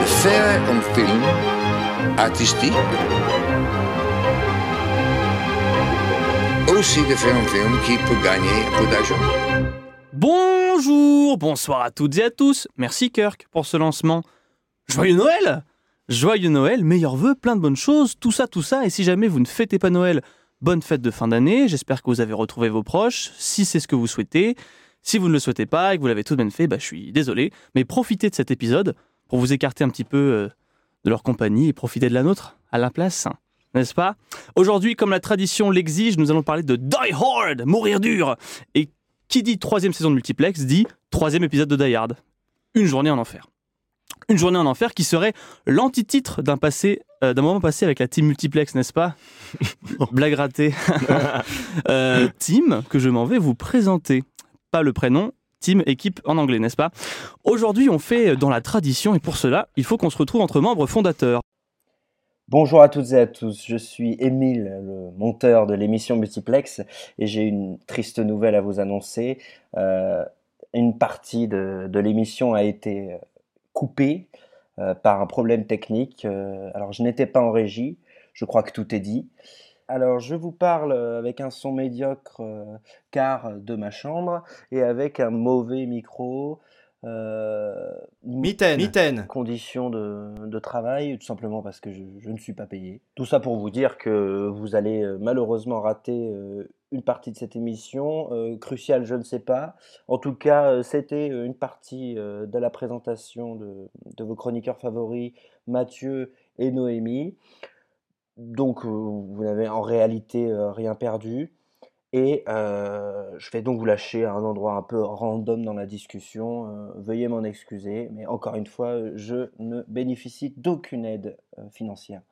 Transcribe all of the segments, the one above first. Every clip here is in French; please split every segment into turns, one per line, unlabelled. de faire un film artistique, aussi de faire un film qui peut gagner un peu d'argent.
Bonjour, bonsoir à toutes et à tous. Merci Kirk pour ce lancement. Joyeux Noël Joyeux Noël, meilleurs vœux, plein de bonnes choses, tout ça, tout ça. Et si jamais vous ne fêtez pas Noël, bonne fête de fin d'année. J'espère que vous avez retrouvé vos proches, si c'est ce que vous souhaitez. Si vous ne le souhaitez pas et que vous l'avez tout de même fait, bah, je suis désolé. Mais profitez de cet épisode pour vous écarter un petit peu euh, de leur compagnie et profiter de la nôtre à la place, hein, n'est-ce pas Aujourd'hui, comme la tradition l'exige, nous allons parler de Die Hard, mourir dur. Et qui dit troisième saison de multiplex dit troisième épisode de Die Hard. Une journée en enfer. Une journée en enfer qui serait l'antititre d'un passé, euh, d'un moment passé avec la team multiplex, n'est-ce pas Blague ratée. Euh, team que je m'en vais vous présenter. Pas le prénom, team, équipe en anglais, n'est-ce pas Aujourd'hui, on fait dans la tradition et pour cela, il faut qu'on se retrouve entre membres fondateurs.
Bonjour à toutes et à tous, je suis Émile, le monteur de l'émission Multiplex, et j'ai une triste nouvelle à vous annoncer. Euh, une partie de, de l'émission a été euh, coupée euh, par un problème technique. Euh, alors je n'étais pas en régie, je crois que tout est dit. Alors je vous parle euh, avec un son médiocre euh, car de ma chambre et avec un mauvais micro. Euh,
Mitaine Mitaine
conditions de, de travail, tout simplement parce que je, je ne suis pas payé. Tout ça pour vous dire que vous allez euh, malheureusement rater euh, une partie de cette émission. Euh, cruciale, je ne sais pas. En tout cas, euh, c'était euh, une partie euh, de la présentation de, de vos chroniqueurs favoris, Mathieu et Noémie. Donc, euh, vous n'avez en réalité euh, rien perdu. Et euh, je vais donc vous lâcher à un endroit un peu random dans la discussion. Euh, veuillez m'en excuser, mais encore une fois, euh, je ne bénéficie d'aucune aide euh, financière.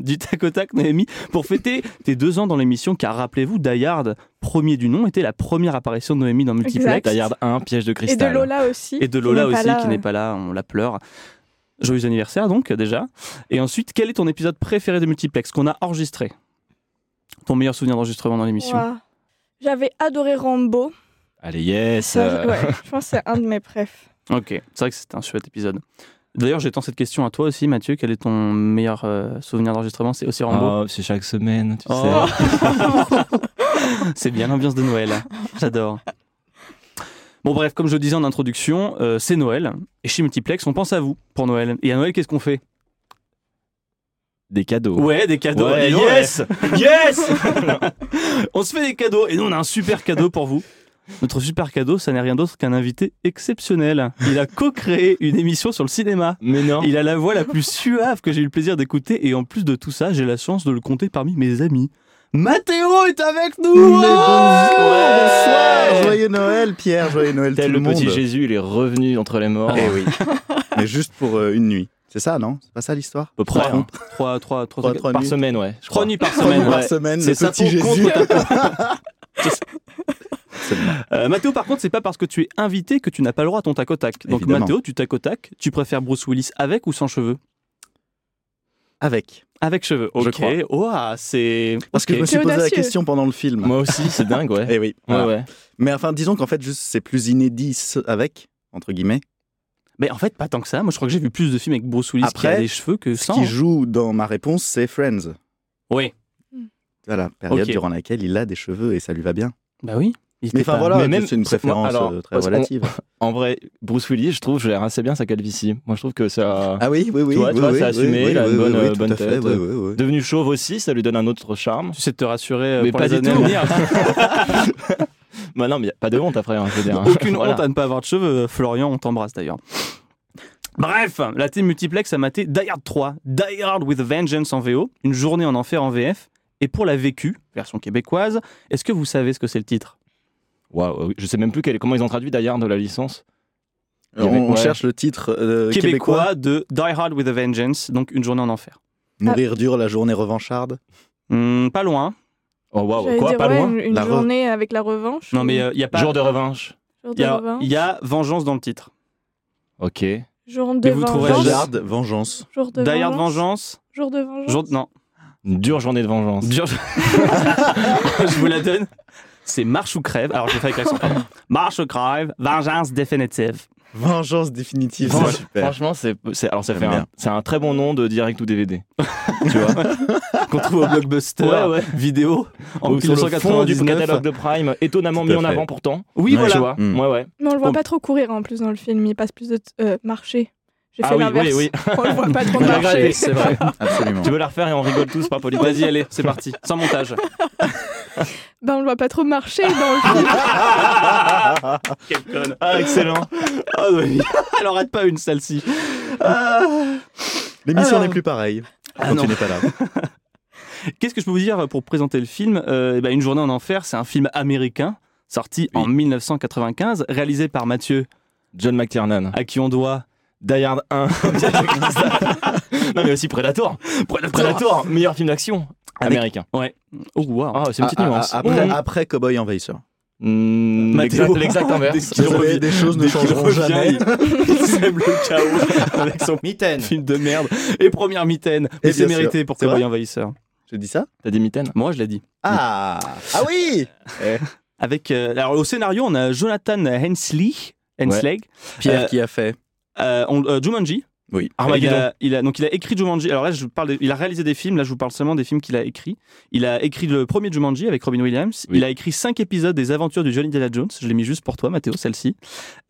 du tac au tac, Noémie, pour fêter tes deux ans dans l'émission, car rappelez-vous, Dayard, premier du nom, était la première apparition de Noémie dans Multiplex.
Die Hard 1, piège de
Et de
cristal.
Lola aussi.
Et de
qui
Lola
n'est pas
aussi,
là.
qui n'est pas là, on la pleure. Joyeux anniversaire donc, déjà. Et ensuite, quel est ton épisode préféré de Multiplex qu'on a enregistré Ton meilleur souvenir d'enregistrement dans l'émission
Ouah. J'avais adoré Rambo.
Allez, yes.
Ça,
euh,
je- ouais, je pense que c'est un de mes préfs.
Ok, c'est vrai que c'est un chouette épisode. D'ailleurs, j'étends cette question à toi aussi, Mathieu. Quel est ton meilleur euh, souvenir d'enregistrement C'est aussi Rambo.
oh, c'est chaque semaine, tu
Oh.
sais.
c'est bien l'ambiance de Noël. J'adore. Bon bref, comme je le disais en introduction, euh, c'est Noël. Et chez Multiplex, on pense à vous pour Noël. Et à Noël, qu'est-ce qu'on fait
Des cadeaux.
Ouais, des cadeaux.
Ouais,
Et
ouais.
yes Yes On se fait des cadeaux. Et nous, on a un super cadeau pour vous. Notre super cadeau, ça n'est rien d'autre qu'un invité exceptionnel. Il a co-créé une émission sur le cinéma.
Mais non.
Il a la voix la plus suave que j'ai eu le plaisir d'écouter et en plus de tout ça, j'ai la chance de le compter parmi mes amis. Mathéo est avec nous Oh
Mais
Ouais
bonsoir, joyeux Noël Pierre, joyeux Noël tout
Tel
le
le
monde.
petit Jésus, il est revenu entre les morts.
Eh oui. Mais juste pour euh, une nuit. C'est ça, non C'est pas ça l'histoire
peu près.
Trois,
hein.
trois, trois, trois,
Trois,
trois,
trois
Par
nuits.
semaine, ouais. je
trois
crois.
nuits par
Trois nuits
semaine.
par
ouais.
semaine,
C'est
le
ça
petit
pour
Jésus.
contre ta Euh, Mathéo, par contre, c'est pas parce que tu es invité que tu n'as pas le droit à ton tac au tac. Donc,
Évidemment.
Mathéo, tu tac au tac, tu préfères Bruce Willis avec ou sans cheveux
Avec.
Avec cheveux, ok.
crois.
Ouah, c'est.
Parce que
ok.
je me suis
C'est
posé la
audacieux.
question pendant le film.
Moi aussi, c'est dingue, ouais.
Eh oui.
Ouais,
voilà.
ouais.
Mais enfin, disons qu'en fait, juste c'est plus inédit ce- avec entre guillemets.
Mais en fait, pas tant que ça. Moi, je crois que j'ai vu plus de films avec Bruce Willis qui a
Après,
des cheveux que
Ce
sans.
qui joue dans ma réponse, c'est Friends.
Oui.
Voilà, période
Ok.
durant laquelle il a des cheveux et ça lui va bien.
Bah oui. Il
Mais
était
enfin
pas-
voilà,
mais même-
c'est une préférence
alors,
euh, très
parce qu'on-
relative.
En vrai, Bruce Willis, je trouve, je l'air assez bien sa calvitie. Moi, je trouve que ça.
Ah oui, oui, oui.
Tu vois, tu
oui,
vois,
oui,
c'est
oui,
assumé,
oui,
il a une
oui,
bonne,
oui,
euh,
tout
bonne
à fait,
tête.
oui, oui, oui.
Devenu chauve aussi, ça lui donne un autre charme.
Tu sais te rassurer euh,
Mais
pour
pas
les années
du
à
tout.
venir.
Bah non, mais y a pas de honte après, hein, je veux dire.
Aucune
Voilà.
honte à ne pas avoir de cheveux. Euh, Florian, on t'embrasse d'ailleurs. Bref, la team multiplex a maté Die Hard 3, Die Hard with a Vengeance en VO, Une journée en enfer en VF. Et pour la vécu, version québécoise, est-ce que vous savez ce que c'est le titre
Waouh, je sais même plus quel- comment ils ont traduit Die Hard de la licence. Il y avait-
on
ouais.
cherche le titre euh, québécois.
Québécois de Die Hard with a Vengeance, donc Une journée en enfer.
Mourir dur la journée revancharde.
Hmm, pas loin.
Oh waouh,
J'allais
quoi
dire,
Pas
ouais,
loin
Une, une
La re-
journée avec la revanche.
Non, mais il
ou-
n'y a pas.
Jour de revanche.
jour
Il y,
de
a-
revanche.
il y a vengeance dans le titre.
Ok.
Jour de
Mais vous trouverez
vengeance.
Die Hard, vengeance.
Jour de
Die Hard
vengeance.
vengeance.
Jour de vengeance.
Jour... Non.
Une dure journée de vengeance.
Dur- je vous la donne. C'est marche ou crève. Alors, je le fais avec l'accent. pardon. Marche ou crève, vengeance définitive.
Vengeance définitive,
Franch-
c'est super.
Franchement, c'est c'est- alors ça
J'aime
fait un,
bien.
c'est un très bon nom de direct ou DVD. tu vois
Qu'on trouve au blockbuster vidéo en
Ou sur le fond du
1999.
catalogue de Prime, étonnamment
Tout à
mis en
fait.
avant pourtant.
Oui,
Ouais,
Tu
voilà.
vois
Mm.
Ouais, ouais.
Mais on le voit
Bon.
pas trop courir en plus dans le film. Il passe plus de t- euh, marcher. J'ai
Ah
fait
oui,
l'inverse.
oui, oui.
On le voit pas trop
On l'a
marcher.
gratté, c'est vrai.
Absolument.
tu veux la refaire et on rigole tous par politesse.
Vas-y, allez, c'est parti. Sans montage.
Ben, on le voit pas trop marcher dans le film.
Ah. Quel conne.
Ah, excellent.
Ah, oui. Elle en rate pas une, celle-ci. Ah.
L'émission
Alors-
n'est plus pareille
Ah
quand
non.
tu n'es pas là.
Qu'est-ce que je peux vous dire pour présenter le film Euh, eh ben, Une journée en enfer, c'est un film américain sorti en 1995, réalisé par Mathieu,
John McTiernan.
à qui on doit
Die Hard 1. non, mais aussi Predator. Predator. meilleur film d'action
Avec-
américain.
Oh, wow.
Ah, c'est une petite
Ah, ah,
nuance.
ah, Après,
Mmh.
après Cowboy Envahisseur.
Mmh,
Mathéo.
l'exact- L'exact inverse.
Qui
Désolé,
revient-
des choses ne
Dès qu'il
changeront
revient,
jamais.
Il il sème le chaos avec son
mitaine,
film de merde et première mitaine. Mais
Et
c'est
bien sûr.
mérité pour
C'est
Cowboy
vrai
Envahisseur.
J'ai dit ça
T'as des mitaines
Moi, je l'ai dit.
Ah Ah oui
Avec, euh, alors, au scénario, on a Jonathan Hensley. Hensleg,
Pierre
Euh,
qui a fait.
euh, on- euh, Jumanji.
Oui.
il
Armageddon.
a, il a- donc il a écrit Jumanji. Alors là, je vous parle, des- il a réalisé des films. Là, je vous parle seulement des films qu'il a écrits. Il a écrit le premier Jumanji avec Robin Williams.
Oui.
Il a écrit cinq épisodes des Aventures du Johnny Della Jones. Je l'ai mis juste pour toi, Mathéo, celle-ci.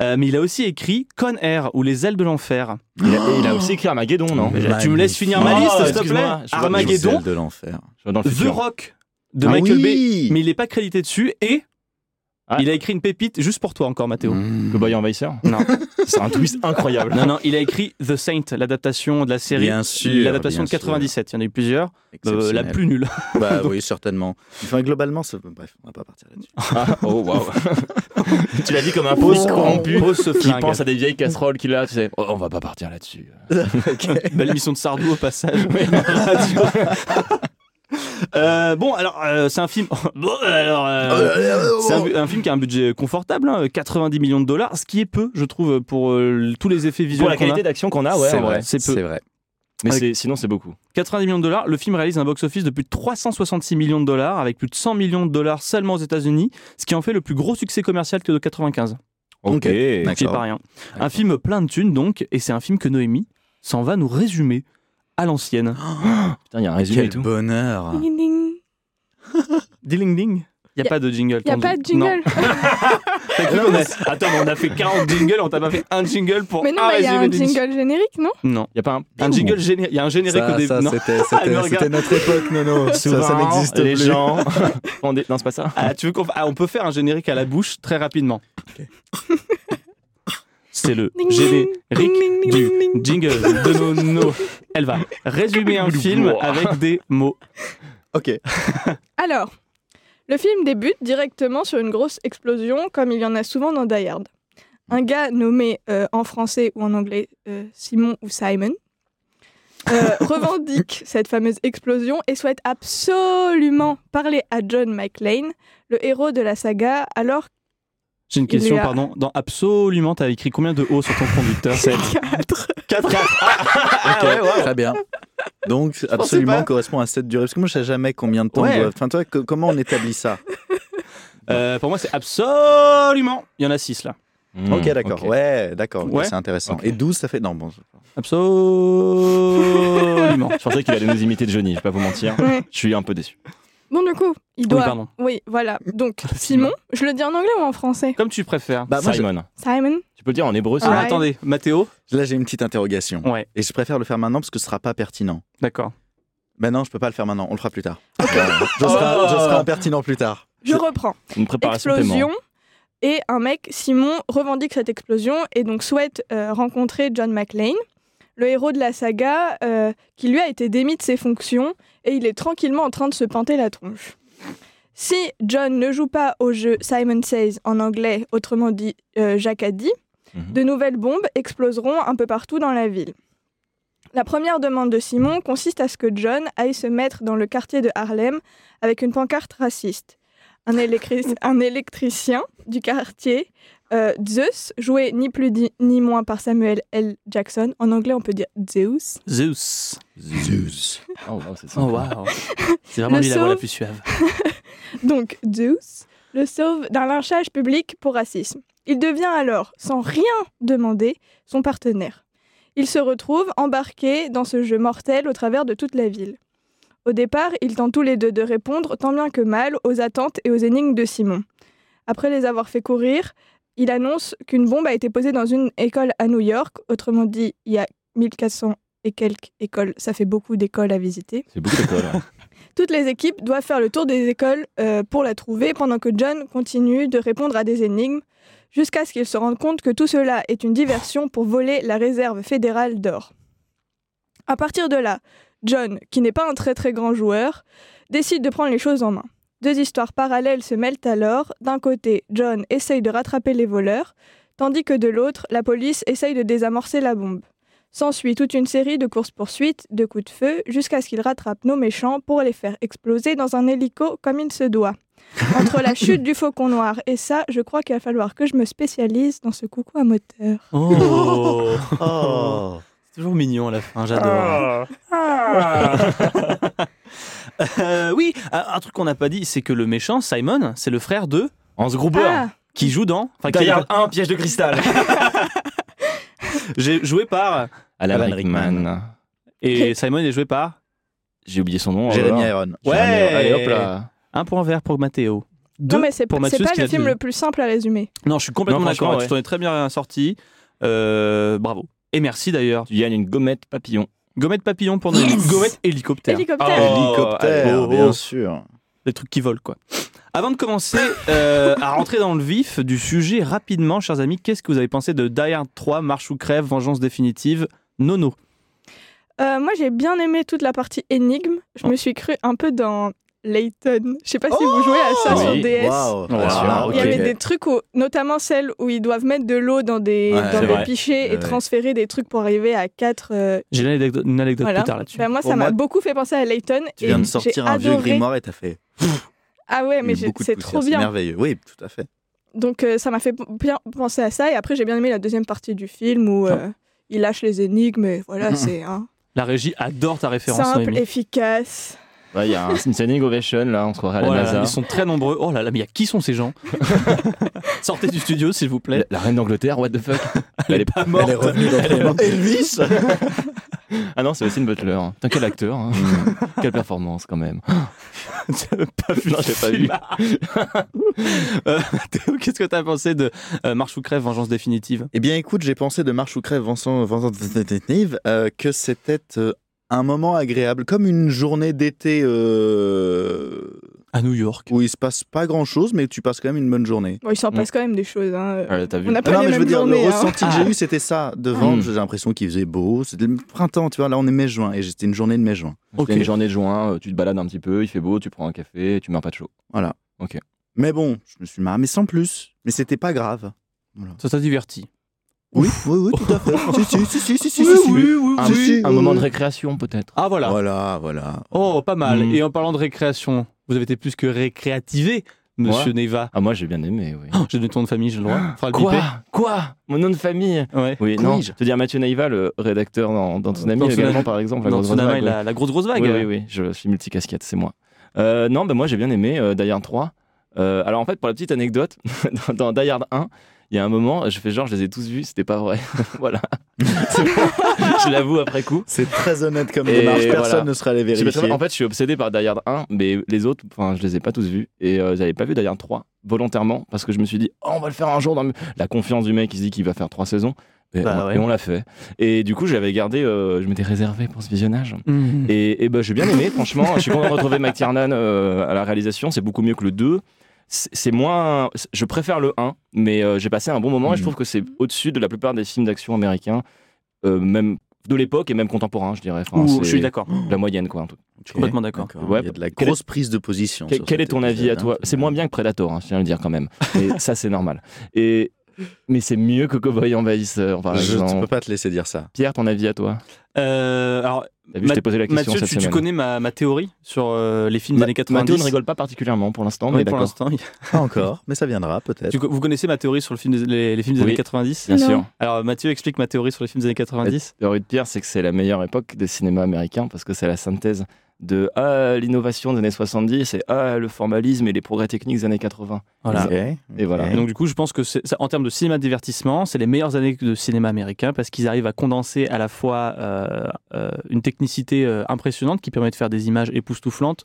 Euh, mais il a aussi écrit Con Air ou Les ailes de l'enfer.
Il a, et il a aussi écrit Armageddon, non
Mais-
Tu me laisses finir ma
Oh,
liste, s'il te plaît.
excuse-moi, je vois-
Les ailes
Armageddon,
de l'enfer.
Je vois Dans le
The
futur.
Rock de
Ah
Michael Bay.
oui
Mais il n'est pas crédité dessus. Et
Ah. Mhm.
il a écrit une pépite juste pour toi encore, Mathéo.
Mmh.
Cowboy Envahisseur.
Non.
C'est un twist incroyable.
non, non, il a écrit The Saint, l'adaptation de la série.
Bien sûr.
L'adaptation
bien
de
sûr.
97. Il y en a eu plusieurs. Euh, la
Exceptionnel.
plus nulle.
Bah oui, certainement. Enfin, globalement, ça- bref, on va pas partir là-dessus.
oh waouh. tu l'as dit comme un pause corrompu
Pose ce
qui
flingue.
pense à des vieilles casseroles qu'il a, tu sais. Oh, on va pas partir là-dessus.
Belle émission euh, bah, de Sardou au passage. Radio. Euh, bon, alors, euh, c'est un film. Bon, alors, euh, c'est un, un film qui a un budget confortable, hein, 90 millions de dollars, ce qui est peu, je trouve, pour euh, tous les effets
Pour
visuels.
la
qu'on a.
qualité d'action qu'on a, ouais,
C'est
en
vrai.
vrai.
c'est peu.
C'est vrai.
Mais
Avec-
c'est- sinon, c'est beaucoup.
90 millions de dollars, le film réalise un box-office de plus de 366 millions de dollars, avec plus de 100 millions de dollars seulement aux États-Unis, ce qui en fait le plus gros succès commercial que de 95.
Ok.
Ok.
C'est pas
D'accord.
rien. hein. Un film plein de thunes, donc, et c'est un film que Noémie s'en va nous résumer à l'ancienne.
Ah,
Putain, il y a un résumé et
Quel
tout.
bonheur
Ding, ding.
Diling ding. Il n'y a, pas de jingle.
Il n'y a
ton-
pas de
Non.
jingle.
T'as cru qu'on a- Attends, mais on a fait 40 jingles, on t'a pas fait un jingle pour
Mais non,
un
mais il y a
résumé
un
de l'émission.
jingle générique, non
Non.
Il y a pas un,
Un jingle générique. Il y a un générique au
Ça,
début.
ça,
non.
c'était,
Elle me
c'était,
regarde.
c'était notre époque, Nono. ça, ça
Souvent,
n'existe
les
plus.
gens font des- Non, c'est pas ça.
Ah, tu veux qu'on... ah, on peut faire un générique à la bouche très rapidement. C'est le
Ding, ding,
générique
ding, ding,
du
ding, ding.
jingle de Nono. Elle va résumer un film avec des mots.
Ok.
Alors, le film débute directement sur une grosse explosion, comme il y en a souvent dans Die Hard. Un gars nommé euh, en français ou en anglais euh, Simon ou Simon euh, revendique cette fameuse explosion et souhaite absolument parler à John McClane, le héros de la saga, alors
J'ai une
Il
question,
est à-
pardon. Dans absolument, t'as écrit combien de O sur ton conducteur
qu'il y a autre-
4
Ok, très bien. Donc, absolument correspond à cette durée. Parce que moi, je sais jamais combien de temps.
Ouais.
doit- Enfin, toi, que- comment on établit ça
Euh, pour moi, c'est absolument. Il y en a 6 là.
Hmm,
Ok, d'accord.
ok.
Ouais, d'accord. ok,
Ouais.
C'est intéressant.
Ok.
Et 12, ça fait. Non, bon.
Absolument.
Je pensais qu'il allait nous imiter de Johnny, je vais pas vous mentir.
Ouais.
Je suis un peu déçu.
Bon, du coup, il doit.
pardon.
oui voilà. Donc, Simon, je le dis en anglais ou en français
Comme tu préfères.
Bah, moi, je-
Simon.
Simon
Tu peux le dire en hébreu, ça
Ah,
Ouais.
attendez, Mathéo
là, j'ai une petite interrogation.
Ouais,
Et je préfère le faire maintenant parce que ce sera pas pertinent.
d'accord.
Ben non, je peux pas le faire maintenant. On le fera plus tard. Voilà. Je, serai,
Oh.
je serai impertinent plus tard.
Je reprends.
Une préparation
explosion. Et un mec, Simon, revendique cette explosion et donc souhaite euh, rencontrer John McClane, le héros de la saga, euh, qui lui a été démis de ses fonctions et il est tranquillement en train de se pinter la tronche. Si John ne joue pas au jeu Simon Says en anglais, autrement dit euh, Jacques a dit,
Mhm.
De nouvelles bombes exploseront un peu partout dans la ville. La première demande de Simon consiste à ce que John aille se mettre dans le quartier de Harlem avec une pancarte raciste. Un, électri- un électricien du quartier, euh, Zeus, joué ni plus di- ni moins par Samuel L. Jackson, en anglais on peut dire Zeus,
Zeus.
Zeus.
Oh, wow, c'est ça.
Oh waouh. C'est vraiment
Le
lui la voix la
sauve.
plus suave.
donc Zeus, le sauve d'un lynchage public pour racisme. Il devient alors, sans rien demander, son partenaire. Il se retrouve embarqué dans ce jeu mortel au travers de toute la ville. Au départ, ils tentent tous les deux de répondre tant bien que mal aux attentes et aux énigmes de Simon. Après les avoir fait courir, il annonce qu'une bombe a été posée dans une école à New York, autrement dit, il y a 1400 et quelques écoles, ça fait beaucoup d'écoles à visiter.
C'est beaucoup d'écoles. ouais.
Toutes les équipes doivent faire le tour des écoles euh, pour la trouver pendant que John continue de répondre à des énigmes jusqu'à ce qu'il se rende compte que tout cela est une diversion pour voler la réserve fédérale d'or. À partir de là, John, qui n'est pas un très très grand joueur, décide de prendre les choses en main. Deux histoires parallèles se mêlent alors. D'un côté, John essaye de rattraper les voleurs, tandis que de l'autre, la police essaye de désamorcer la bombe. S'ensuit toute une série de courses-poursuites, de coups de feu, jusqu'à ce qu'ils rattrapent nos méchants pour les faire exploser dans un hélico comme il se doit. Entre la chute du faucon noir et ça, je crois qu'il va falloir que je me spécialise dans ce coucou à moteur.
Oh. C'est toujours mignon à la fin, j'adore. hein.
Ah.
Euh, oui, euh, un truc qu'on n'a pas dit, c'est que le méchant, Simon, c'est le frère de
Hans Gruber.
Ah,
qui joue dans. Enfin, qui-
Gaillard 1, piège de cristal.
j'ai joué par.
Alan
Alan Rickman.
Rickman.
Et Simon, il est joué par.
J'ai oublié son nom.
Jérémy
alors.
Iron.
Ouais.
Jérémy Iron. Allez hop là.
Un point vert pour Matteo. Deux
non mais c'est
pour
c'est
Mathieu,
pas
ce qu'il
le
a
film
dit.
le plus simple à résumer.
Non, je suis complètement
Non, franchement,
d'accord.
ouais.
Tu t'en es très bien sorti. Euh, bravo. Et merci d'ailleurs.
Tu gagnes une gommette papillon.
Gommette papillon pour nous. Gommette hélicoptère.
Hélicoptère.
Oh, allez,
Hélicoptère,
oh, oh.
bien sûr.
Des trucs qui volent, quoi. Avant de commencer euh, à rentrer dans le vif du sujet rapidement, chers amis, qu'est-ce que vous avez pensé de Die Hard 3, Marche ou Crève, Vengeance définitive Nono.
Euh, moi j'ai bien aimé toute la partie énigme. Je me suis cru un peu dans Layton. Je sais pas si vous jouez à ça sur
Oui,
DS.
Waouh.
Wow,
Ah,
ok.
Il y avait des trucs, où, notamment celles où ils doivent mettre de l'eau dans des,
Ouais,
dans
c'est
des
vrai.
pichets et
Ouais.
transférer des trucs pour arriver à euh, 4.
J'ai une anecdote, une anecdote
voilà.
plus tard là-dessus.
Ben, moi,
Pour
ça m'a
moi,
beaucoup fait penser à Layton.
Tu
et
viens de
j'ai
sortir un vieux
adoré.
grimoire et t'as fait.
Ah ouais, mais
il y a eu
j'ai-
beaucoup de
c'est
poussière,
trop bien.
merveilleux. Oui, tout à fait.
Donc euh, ça m'a fait p- bien penser à ça. Et après, j'ai bien aimé la deuxième partie du film
Ah.
où euh, il lâche les énigmes. Et voilà, c'est hein,
La régie adore ta référence.
simple,
Noémie.
efficace.
Ouais, il y a un, une standing ovation là, on se croirait à Ah, la
Oh là là,
NASA.
ils sont très nombreux. Oh là là, mais il y a qui sont ces gens Sortez du studio, s'il vous
La,
plaît.
la reine d'Angleterre, what the fuck
Elle est pas morte.
Elle est revenue dans ton monde. Elvis
Ah non, c'est Austin Butler. Putain, quel acteur. hein. Quelle performance quand même.
pas vu.
Non, j'ai pas vu.
Euh, Théo, qu'est-ce que t'as pensé de euh, Marche ou Crève, Vengeance définitive
Eh bien, écoute, j'ai pensé de Marche ou Crève, Vincent, Vincent Detective, euh, que c'était euh, un moment agréable, comme une journée d'été euh,
À New York.
où il se passe pas grand chose, mais tu passes quand même une bonne journée.
Bon, il s'en passe quand même des choses. hein.
Ah, là, T'as vu
On a pas
non,
les
mais je veux
mêmes
dire,
journées.
le
hein.
ressenti que
Ah.
j'ai eu, c'était ça. Devant,
Mm.
j'ai l'impression qu'il faisait beau. C'était le printemps, tu vois. Là, on est mai-juin et c'était une journée de mai-juin.
Ok.
Ok.
une journée de juin, euh, tu te balades un petit peu, il fait beau, tu prends un café, et tu meurs pas de chaud.
Voilà.
Ok.
Mais bon, je me suis marré, mais sans plus. Mais c'était pas grave.
Ça t'a diverti.
Oui, oui, oui, tout à fait. si, si, si, si, si, si,
Oui,
si.
oui,
Un,
Si, si,
un
oui,
moment de
oui.
récréation peut-être.
Ah voilà.
Voilà, voilà.
Oh, pas mal.
Mm.
Et en parlant de récréation, vous avez été plus que récréativé, monsieur
Ouais.
Neva.
Ah moi j'ai bien aimé, oui.
Oh, J'ai donné ton nom de famille, je le droit. Faudra le biper.
Quoi Quoi Mon nom de famille
Ouais.
Oui,
Quoi
non. Je veux dire, Mathieu Naïva, le rédacteur dans, dans Tsunami,
Dans
également,
Tsunami.
par exemple. la
Dans
grosse
Tsunami,
vague,
la, la grosse grosse
oui.
vague.
Oui, oui, oui, je suis multicasquette, c'est moi. Euh, non, ben moi j'ai bien aimé euh, Die Hard 3. Euh, alors en fait, pour la petite anecdote, dans, dans Die Hard 1, il y a un moment, je fais genre, je les ai tous vus, c'était pas vrai. voilà. C'est bon. je l'avoue après coup.
C'est très honnête comme
Et
démarche. Personne
voilà.
ne sera allé
Je sais pas très-
vérifier.
en fait, je suis obsédé par Die Hard 1, mais les autres, enfin, je les ai pas tous vus. Et euh, j'avais pas vu Die Hard 3 volontairement parce que je me suis dit, oh, on va le faire un jour. Dans le- La confiance du mec, il se dit qu'il va faire trois saisons. Et,
Bah
on,
ouais.
et on l'a fait. Et du coup, j'avais gardé, euh, je m'étais réservé pour ce visionnage.
euh,
Et, et ben, j'ai bien aimé, franchement. Je suis content de retrouver Mike Tiernan euh, à la réalisation. C'est beaucoup mieux que le 2. C'est c'est moins. c'est- Je préfère le 1, mais euh, j'ai passé un bon moment et je
Mhm.
trouve que c'est au-dessus de la plupart des films d'action américains, euh, même de l'époque et même contemporain, je dirais. Enfin,
Ouh, je
c'est
suis d'accord.
La moyenne, quoi. un truc.
Je suis complètement d'accord.
Ouais,
il y a de la
quel est-
grosse prise de position.
Que-
sur
quel
cet
est ton avis à
épisode, hein.
toi C'est moins bien que Predator, hein, je tiens à le dire quand même. Mais ça, c'est normal. Et Mais c'est mieux que Cowboy Envahisseur, par
je ne peux
exemple.
pas te laisser dire ça.
Pierre, ton avis à toi
Euh, alors,
T'as vu, je
Ma-
t'ai posé la question
Mathieu,
cette
tu, tu
semaine.
connais ma, ma théorie sur euh, les films des
Ma-
années 90
Mathéo ne rigole pas particulièrement pour l'instant,
Oui,
mais
pour
d'accord.
l'instant. il-
Pas encore, mais ça viendra peut-être.
Tu- vous connaissez ma théorie sur le film des- les, les films des
Oui.
années 90
Bien
Non.
sûr.
Alors, Mathieu explique ma théorie sur les films des années 90.
La théorie de Pierre, c'est que c'est la meilleure époque des cinémas américains parce que c'est la synthèse de ah, l'innovation des années 70 et ah, le formalisme et les progrès techniques des années 80.
Voilà.
Ok,
Et voilà.
Ah. ok.
Et donc, du coup, je pense que c'est- ça- en termes de cinéma de divertissement, c'est les meilleures années de cinéma américain parce qu'ils arrivent à condenser à la fois euh, euh, une technicité euh, impressionnante qui permet de faire des images époustouflantes,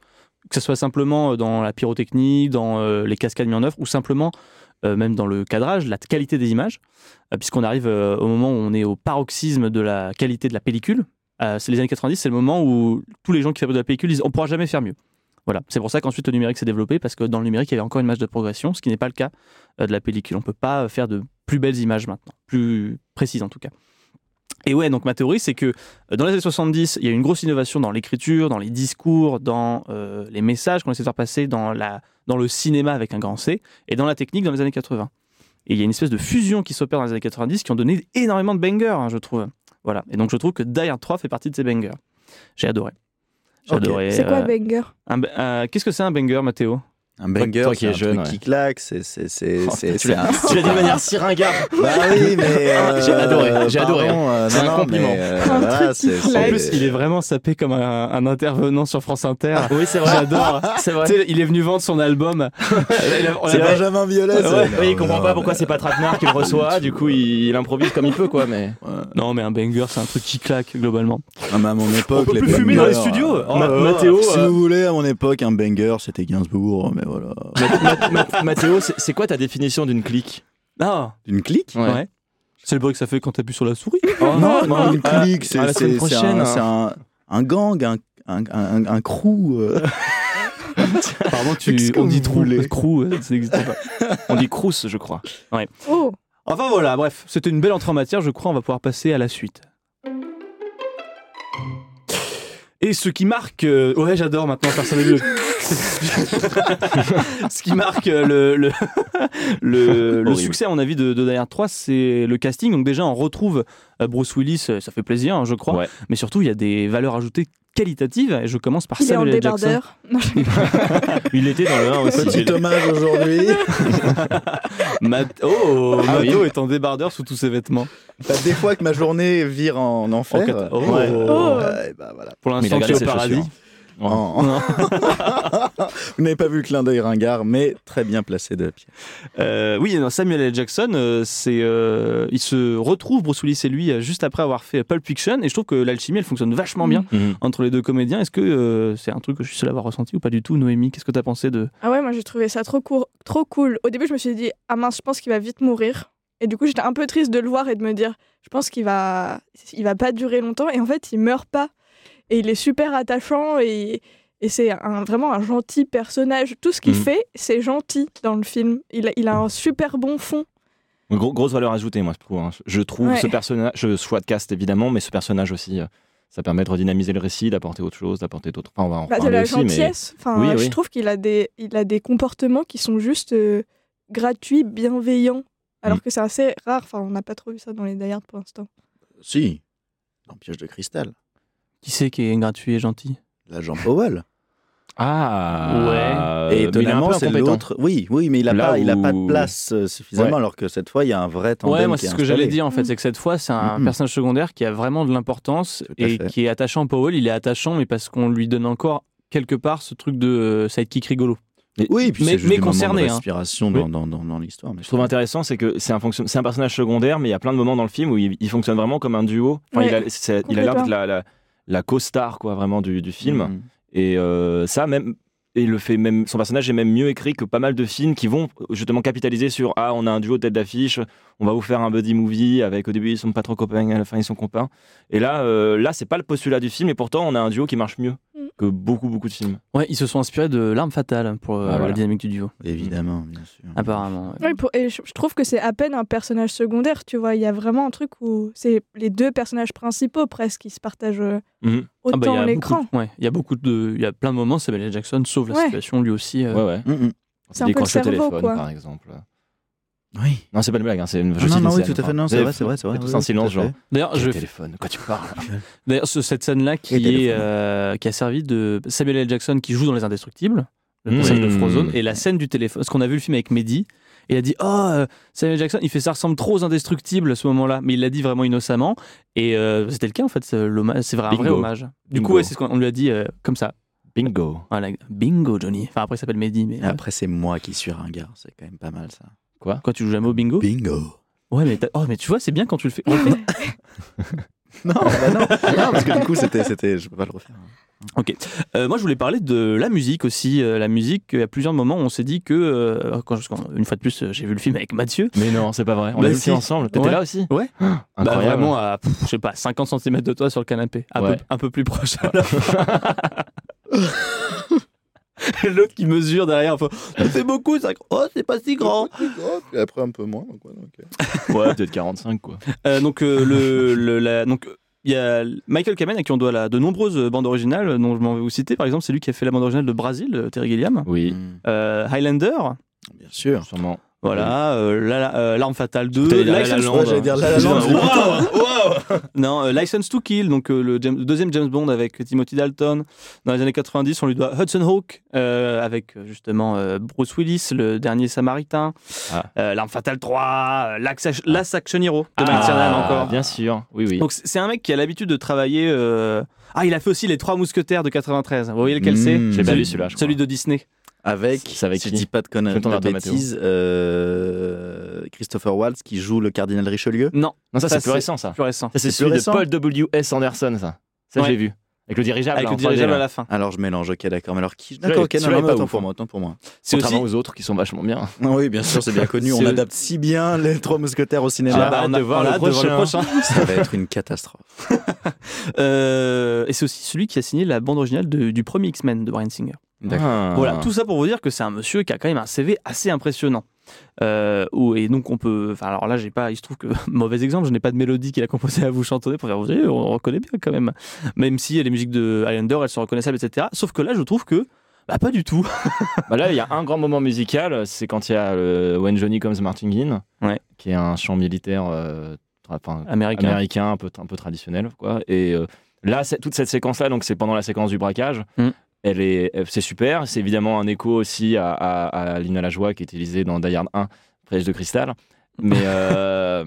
que ce soit simplement euh, dans la pyrotechnie, dans euh, les cascades mises en œuvre ou simplement euh, même dans le cadrage, la qualité des images, euh, puisqu'on arrive euh, au moment où on est au paroxysme de la qualité de la pellicule. Euh, c'est les années 90, c'est le moment où tous les gens qui fabriquent de la pellicule disent on pourra jamais faire mieux. Voilà, c'est pour ça qu'ensuite le numérique s'est développé parce que dans le numérique il y avait encore une marge de progression, ce qui n'est pas le cas euh, de la pellicule. On peut pas faire de plus belles images maintenant, plus précises en tout cas. Et ouais, donc ma théorie, c'est que euh, dans les années 70, il y a eu une grosse innovation dans l'écriture, dans les discours, dans euh, les messages qu'on essaie de faire passer, dans, la, dans le cinéma avec un grand C, et dans la technique dans les années 80. Et il y a une espèce de fusion qui s'opère dans les années 90 qui ont donné énormément de bangers, hein, je trouve. Voilà. Et donc je trouve que Die Hard 3 fait partie de ces bangers. J'ai adoré. J'ai
Ok.
adoré.
C'est quoi
euh,
banger
un ba- euh, Qu'est-ce que c'est un banger, Mathéo
Un banger,
toi qui
c'est un
es jeune,
truc
ouais.
qui claque, c'est c'est c'est
Oh,
c'est
tu
c'est un-
Tu l'as dit de manière si ringarde.
Bah oui, mais euh,
J'ai adoré, j'ai adoré,
pardon, euh,
C'est
non,
un
non,
compliment.
mais, euh,
Un
voilà,
truc qui
c'est-
claque.
En
c'est-
plus, il est vraiment sapé comme un, un intervenant sur France Inter.
Ah Oui, c'est vrai.
J'adore.
C'est vrai.
Tu sais, il est venu vendre son album. Il a- on
C'est
l'a-
Benjamin Violet.
Ouais,
ça.
ouais,
Non,
il comprend
non,
pas pourquoi
mais-
c'est pas Traquenard qui le reçoit, du coup il, il improvise comme il peut quoi, mais.
Non, mais un banger, c'est un truc qui claque globalement.
Ah, mais à mon époque,
peut
les
plus fumer dans les
bangers,
studios.
euh,
Oh,
voilà.
Mathéo,
Si
euh,
vous voulez, à mon époque, un banger, c'était Gainsbourg, mais voilà.
Mathéo, c'est c'est quoi ta définition d'une clique
Ah,
Une clique
ouais. C'est le bruit que ça fait quand t'appuies sur la souris.
Oh,
ah,
Non, non, une clique, c'est
à la semaine
c'est- c'est
prochaine,
un,
hein.
c'est un, un gang, un, un, un, un crew. euh.
Apparemment,
Qu'est-ce
tu,
que
on dit
vous
trou,
voulez
trou, euh, ça n'existe pas.
On dit Crous, je crois.
Oh
ah,
Enfin voilà, bref, c'était une belle entrée en matière. Je crois on va pouvoir passer à la suite. Et ce qui marque, euh, ouais, j'adore maintenant faire ça avec le- ce qui marque euh, le le, le, le
Horrible.
succès à mon avis de, de Die Hard 3, c'est le casting. Donc déjà on retrouve euh, Bruce Willis, euh, ça fait plaisir, hein, je crois.
Ouais.
Mais surtout il y a des valeurs ajoutées qualitatives. Et je commence par
Il est en
Samuel L. Jackson.
débardeur. Non, je-
Il était dans le 1 aussi.
Petit hommage aujourd'hui.
Mat- oh,
Ah oui.
Mato est en débardeur sous tous ses vêtements.
Bah, des fois que ma journée vire en
En
enfer.
cat- oh.
ouais.
Oh.
Ouais, et bah, voilà.
Pour
Mais il a
l'instant, tu
gardé
es au
ses
paradis.
chaussures.
hein.
En- Vous n'avez pas vu le clin d'œil ringard, mais très bien placé de Pierre.
Euh, oui, non, Samuel L. Jackson, euh, c'est, euh, il se retrouve, Bruce Willis et lui, euh, juste après avoir fait Pulp Fiction, et je trouve que l'alchimie, elle fonctionne vachement bien
Mhm.
entre les deux comédiens. Est-ce que euh, c'est un truc que je suis seul à avoir ressenti ou pas du tout, Noémie Qu'est-ce que t'as pensé de...
Ah ouais, moi j'ai trouvé ça trop, court, trop cool. Au début, je me suis dit, ah mince, je pense qu'il va vite mourir. Et du coup, j'étais un peu triste de le voir et de me dire, je pense qu'il va, il va pas durer longtemps. Et en fait, il meurt pas. Et il est super attachant et, et c'est un, vraiment un gentil personnage. Tout ce qu'il
Mhm.
fait, c'est gentil dans le film. Il a, il a un super bon fond.
Oh, Gros- grosse valeur ajoutée, moi, je trouve. hein. Je trouve
Ouais.
ce personnage, je- choix de cast évidemment, mais ce personnage aussi, euh, ça permet de redynamiser le récit, d'apporter autre chose, d'apporter d'autres. Enfin, on va en
Bah, de
reparler
la
aussi, mais.
gentillesse. Enfin,
Oui,
je
oui.
trouve qu'il a des, il a des comportements qui sont juste euh, gratuits, bienveillants. Alors
Mm.
que c'est assez rare. Enfin, on n'a pas trop vu ça dans les Die Hard pour l'instant.
Si, dans Piège de cristal.
Qui c'est qui est gratuit et gentil
L'agent Powell.
Ah
Et
mais il est un
étonnamment,
peu
c'est
incompétent.
l'autre. Oui, oui, mais il n'a
Là
pas, il a pas de
où-
place euh, suffisamment,
Ouais.
alors que cette fois, il y a un vrai tandem.
Ouais, moi
qui
c'est
est
ce que j'allais
installé.
dire en fait,
Mhm.
c'est que cette fois c'est un
Mhm.
personnage secondaire qui a vraiment de l'importance
Tout à
et
fait.
qui est attachant. Powell, il est attachant, mais parce qu'on lui donne encore quelque part ce truc de euh, sidekick rigolo.
Oui, et puis
Mais-
c'est juste
mais
des moments
concerné,
de
hein.
respiration dans, dans, dans, dans l'histoire. mais
Je trouve intéressant, c'est que c'est un, fonction- c'est un personnage secondaire, mais il y a plein de moments dans le film où il, il fonctionne vraiment comme un duo. Enfin,
Ouais,
il a- c'est- il a l'air d'être la, la, la co-star, quoi, vraiment, du, du film.
Mhm.
Et euh, ça, même. Et le fait même, son personnage est même mieux écrit que pas mal de films qui vont justement capitaliser sur Ah, on a un duo de tête d'affiche, on va vous faire un buddy movie avec au début ils sont pas trop copains, à la fin ils sont copains. Et là, euh, là c'est pas le postulat du film, et pourtant on a un duo qui marche mieux
Mhm.
que beaucoup, beaucoup de films.
Ouais, ils se sont inspirés de l'arme fatale pour euh,
Ah, voilà.
la dynamique du duo,
Évidemment, bien sûr.
apparemment. ouais.
Ouais, pour- et je, je trouve que c'est à peine un personnage secondaire, tu vois. Il y a vraiment un truc où c'est les deux personnages principaux presque qui se partagent euh,
Mhm.
Ah
autant
bah, il y a
l'écran.
beaucoup de- ouais, il y a beaucoup de, il y a plein de moments. Samuel L. Jackson sauve la
Ouais.
situation lui aussi. euh.
Ouais, ouais.
Mm, mm.
C'est un peu le
Décroche
cerveau,
téléphone,
quoi.
par exemple.
Oui.
Non, c'est pas une blague, hein, c'est une. je
Ah non,
cite
non,
une
oui,
scène,
tout à fait,
hein.
non, c'est
Vous
vrai,
avez-
c'est vrai, c'est vrai.
Tous
oui,
un
oui,
silence,
tout à
genre.
fait.
D'ailleurs,
Je
je
téléphone, de quoi tu parles
D'ailleurs, ce- cette scène-là qui,
Et
est,
téléphone.
euh, qui a servi de Samuel L. Jackson qui joue dans Les Indestructibles, le
Mmh.
personnage de Frozone, et la scène du téléphone. Parce qu'on a vu le film avec Mehdi, et il a dit Oh, euh, Samuel Jackson, il fait ça ressemble trop aux Indestructibles à ce moment-là, mais il l'a dit vraiment innocemment, et euh, c'était le cas en fait, c'est l'hommage- c'est vrai, un vrai
Bingo.
hommage. Du
Bingo.
coup, ouais, c'est ce qu'on on lui a dit euh, comme ça.
Bingo.
Voilà, bingo, Johnny. Enfin, après, il s'appelle Mehdi,
Ah.
mais euh,
Après, c'est moi qui suis ringard, c'est quand même pas mal ça.
quand tu joues jamais au bingo.
Bingo
ouais, mais, t'as- oh, mais tu vois, c'est bien quand tu le fais. Refais.
Non, bah non, non, parce que du coup, c'était, c'était, je peux pas le refaire. hein,
Ok. Euh, moi, je voulais parler de la musique aussi. Euh, la musique, euh, à plusieurs moments, on s'est dit que. euh, quand, parce qu'en- une fois de plus, euh, j'ai vu le film avec Mathieu.
Mais non, c'est pas vrai.
Bah
On
Mais
l'a vu
si.
aussi ensemble. T'étais
Ouais.
là aussi
Ouais.
Ah,
Bah,
Incroyable.
vraiment à, pff, je sais pas, 50 cm de toi sur le canapé. Un,
Ouais.
peu, un peu plus proche. à la fin. Et L'autre qui mesure derrière. enfin, Ça fait beaucoup, ça. Oh, c'est pas si grand.
Et après, un peu moins. Donc,
Ouais, peut-être 45, quoi.
Euh, donc, euh, le, le- la- donc, euh, il y a Michael Kamen à qui on doit la, de nombreuses euh, bandes originales, euh, dont je m'en vais vous citer. Par exemple, c'est lui qui a fait la bande originale de Brasil, euh, Terry Gilliam.
Oui,
Euh, Highlander,
Bien sûr.
sûrement.
voilà. euh, la- la- euh, L'arme fatale 2,
T'allais dire La La
License-
Land.
Ouais, j'allais
dire La La
J'ai
Land.
un- Non, euh, License to Kill, donc euh, le, James- le deuxième James Bond avec Timothy Dalton. Dans les années 90, on lui doit Hudson Hawk euh, avec euh, justement euh, Bruce Willis, le dernier Samaritain.
Ah.
Euh, L'arme fatale 3, euh, L'Axe- Last Action Hero de Mike
Ah,
Cernan encore.
Bien sûr, oui, oui.
Donc c'est c'est un mec qui a l'habitude de travailler. euh, Ah, il a fait aussi les Trois Mousquetaires de 93. Vous voyez lequel c'est
Mmh.
Hmm, J'ai pas
Celui-
vu celui-là, je crois.
Celui de Disney.
Avec,
C'est avec
si
qui
je dis pas de
Je vais
conneries,
tourner
de
vers toi, Mathéo.
bêtises, euh, Christopher Waltz qui joue le cardinal Richelieu.
Non,
Non,
ça,
ça, c'est plus
c'est-
récent, ça.
plus récent.
Ça,
C'est
c'est celui
plus
de
récent
Paul W.S. Anderson, ça. Ça,
Ouais.
j'ai vu. Avec le dirigeable. hein,
Avec
là,
le
en 3D,
dirigeable
là.
à la fin.
Alors je mélange, ok, d'accord. Mais alors qui
Celui-là
D'accord,
est-
ok, non,
celui-là
non,
est
mais
pas
autant
ouf,
pour
hein.
moi, autant pour moi.
C'est aussi.
Contrairement aux autres qui sont vachement bien.
Ah Oui, bien sûr, c'est bien connu. On
C'est-
adapte si bien les Trois Mousquetaires au
Ah
cinéma.
bah,
hâte
on
de
a-
voir
on a
le
hâte de voir le
prochain.
prochain.
Ah, Ça va être une catastrophe.
Euh, et c'est aussi celui qui a signé la bande originale de- du premier X-Men de Brian Singer.
Ah.
Voilà, tout ça pour vous dire que c'est un monsieur qui a quand même un CV assez impressionnant. Euh, ou- et donc on peut. Enfin, alors là, j'ai pas. Il se trouve que mauvais exemple, je n'ai pas de mélodie qu'il a composée à vous chantonner pour faire. Vous voyez, on reconnaît bien quand même. Même si les musiques de Highlander, elles sont reconnaissables, etc. Sauf que là, je trouve que bah, pas du tout.
Bah là, il y a un grand moment musical, c'est quand il y a le When Johnny Comes Marching In,
Ouais.
qui est un chant militaire euh, tra- enfin,
Américain.
américain, un, peu, un peu traditionnel. Quoi. Et euh, là, c'est- toute cette séquence-là, donc c'est pendant la séquence du braquage,
Mm.
elle est, elle- c'est super. C'est évidemment un écho aussi à, à, à Lina Lajoie qui est utilisée dans Die Hard 1, Prêche de cristal. Mais euh,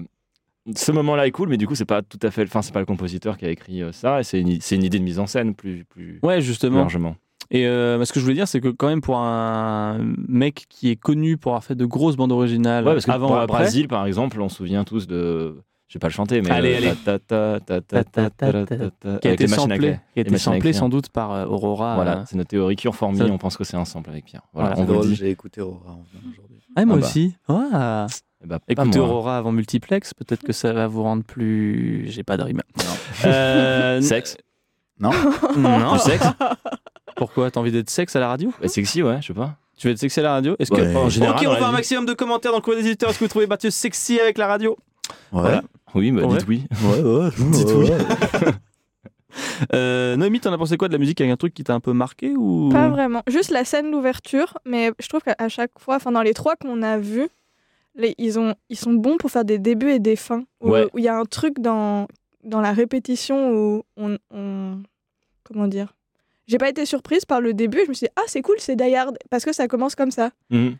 ce moment-là est cool, mais du coup, c'est pas tout à fait, enfin, c'est pas le compositeur qui a écrit euh, ça, et c'est une, c'est une idée de mise en scène plus, plus,
Ouais,
plus
justement.
largement.
Et euh, ce que je voulais dire, c'est que quand même pour un mec qui est connu pour avoir fait de grosses bandes originales
Ouais, parce que
avant
pour
ou
le
après,
Brésil, par exemple, on se souvient tous de. Je vais pas le chanter, mais.
Allez,
euh,
allez.
ta- ta- ta- ta- ta- ta- ta- ta- ta-
qui a
avec
été
les machines à
samplé,
clay.
qui a
Les
été
machines à
samplé
clair.
sans doute par euh, Aurora. euh.
Voilà, c'est notre théorie cure formée.
ça-
On pense que c'est un sample avec Pierre. Voilà,
Voilà.
on vous le
Drôle,
dit.
J'ai écouté Aurora en venant aujourd'hui.
Ah, moi
Ah bah.
aussi. Ah.
Eh ben, pas
Écoutez
moi.
Aurora avant multiplex, peut-être que ça va vous rendre plus. J'ai pas de rime.
Non.
Euh,
Sexe.
Non.
Du sexe.
Pourquoi T'as envie d'être sexe à la radio
Bah, sexy, ouais, je sais pas.
Tu veux être sexy à la radio Est-ce
Ouais.
que.
En
général,
ok,
dans
on
la
va un
vie.
maximum de commentaires dans le coin des éditeurs. Est-ce que vous trouvez Mathieu sexy avec la radio
Ouais,
Voilà.
Oui, bah,
Ouais.
dites oui.
ouais, ouais.
Dites
ouais,
oui.
ouais.
euh, Noémie, t'en as pensé quoi de la musique avec un truc qui t'a un peu marqué ou
Mm.
Pas vraiment. Juste la scène d'ouverture, mais je trouve qu'à à chaque fois, enfin dans les trois qu'on a vus, les- ils, ont, ils sont bons pour faire des débuts et des fins. Où où il
Ouais.
y a un truc dans, dans la répétition où on, on- Comment dire J'ai pas été surprise par le début, je me suis dit, ah c'est cool, c'est Die Hard, parce que ça commence comme ça.
Mhm.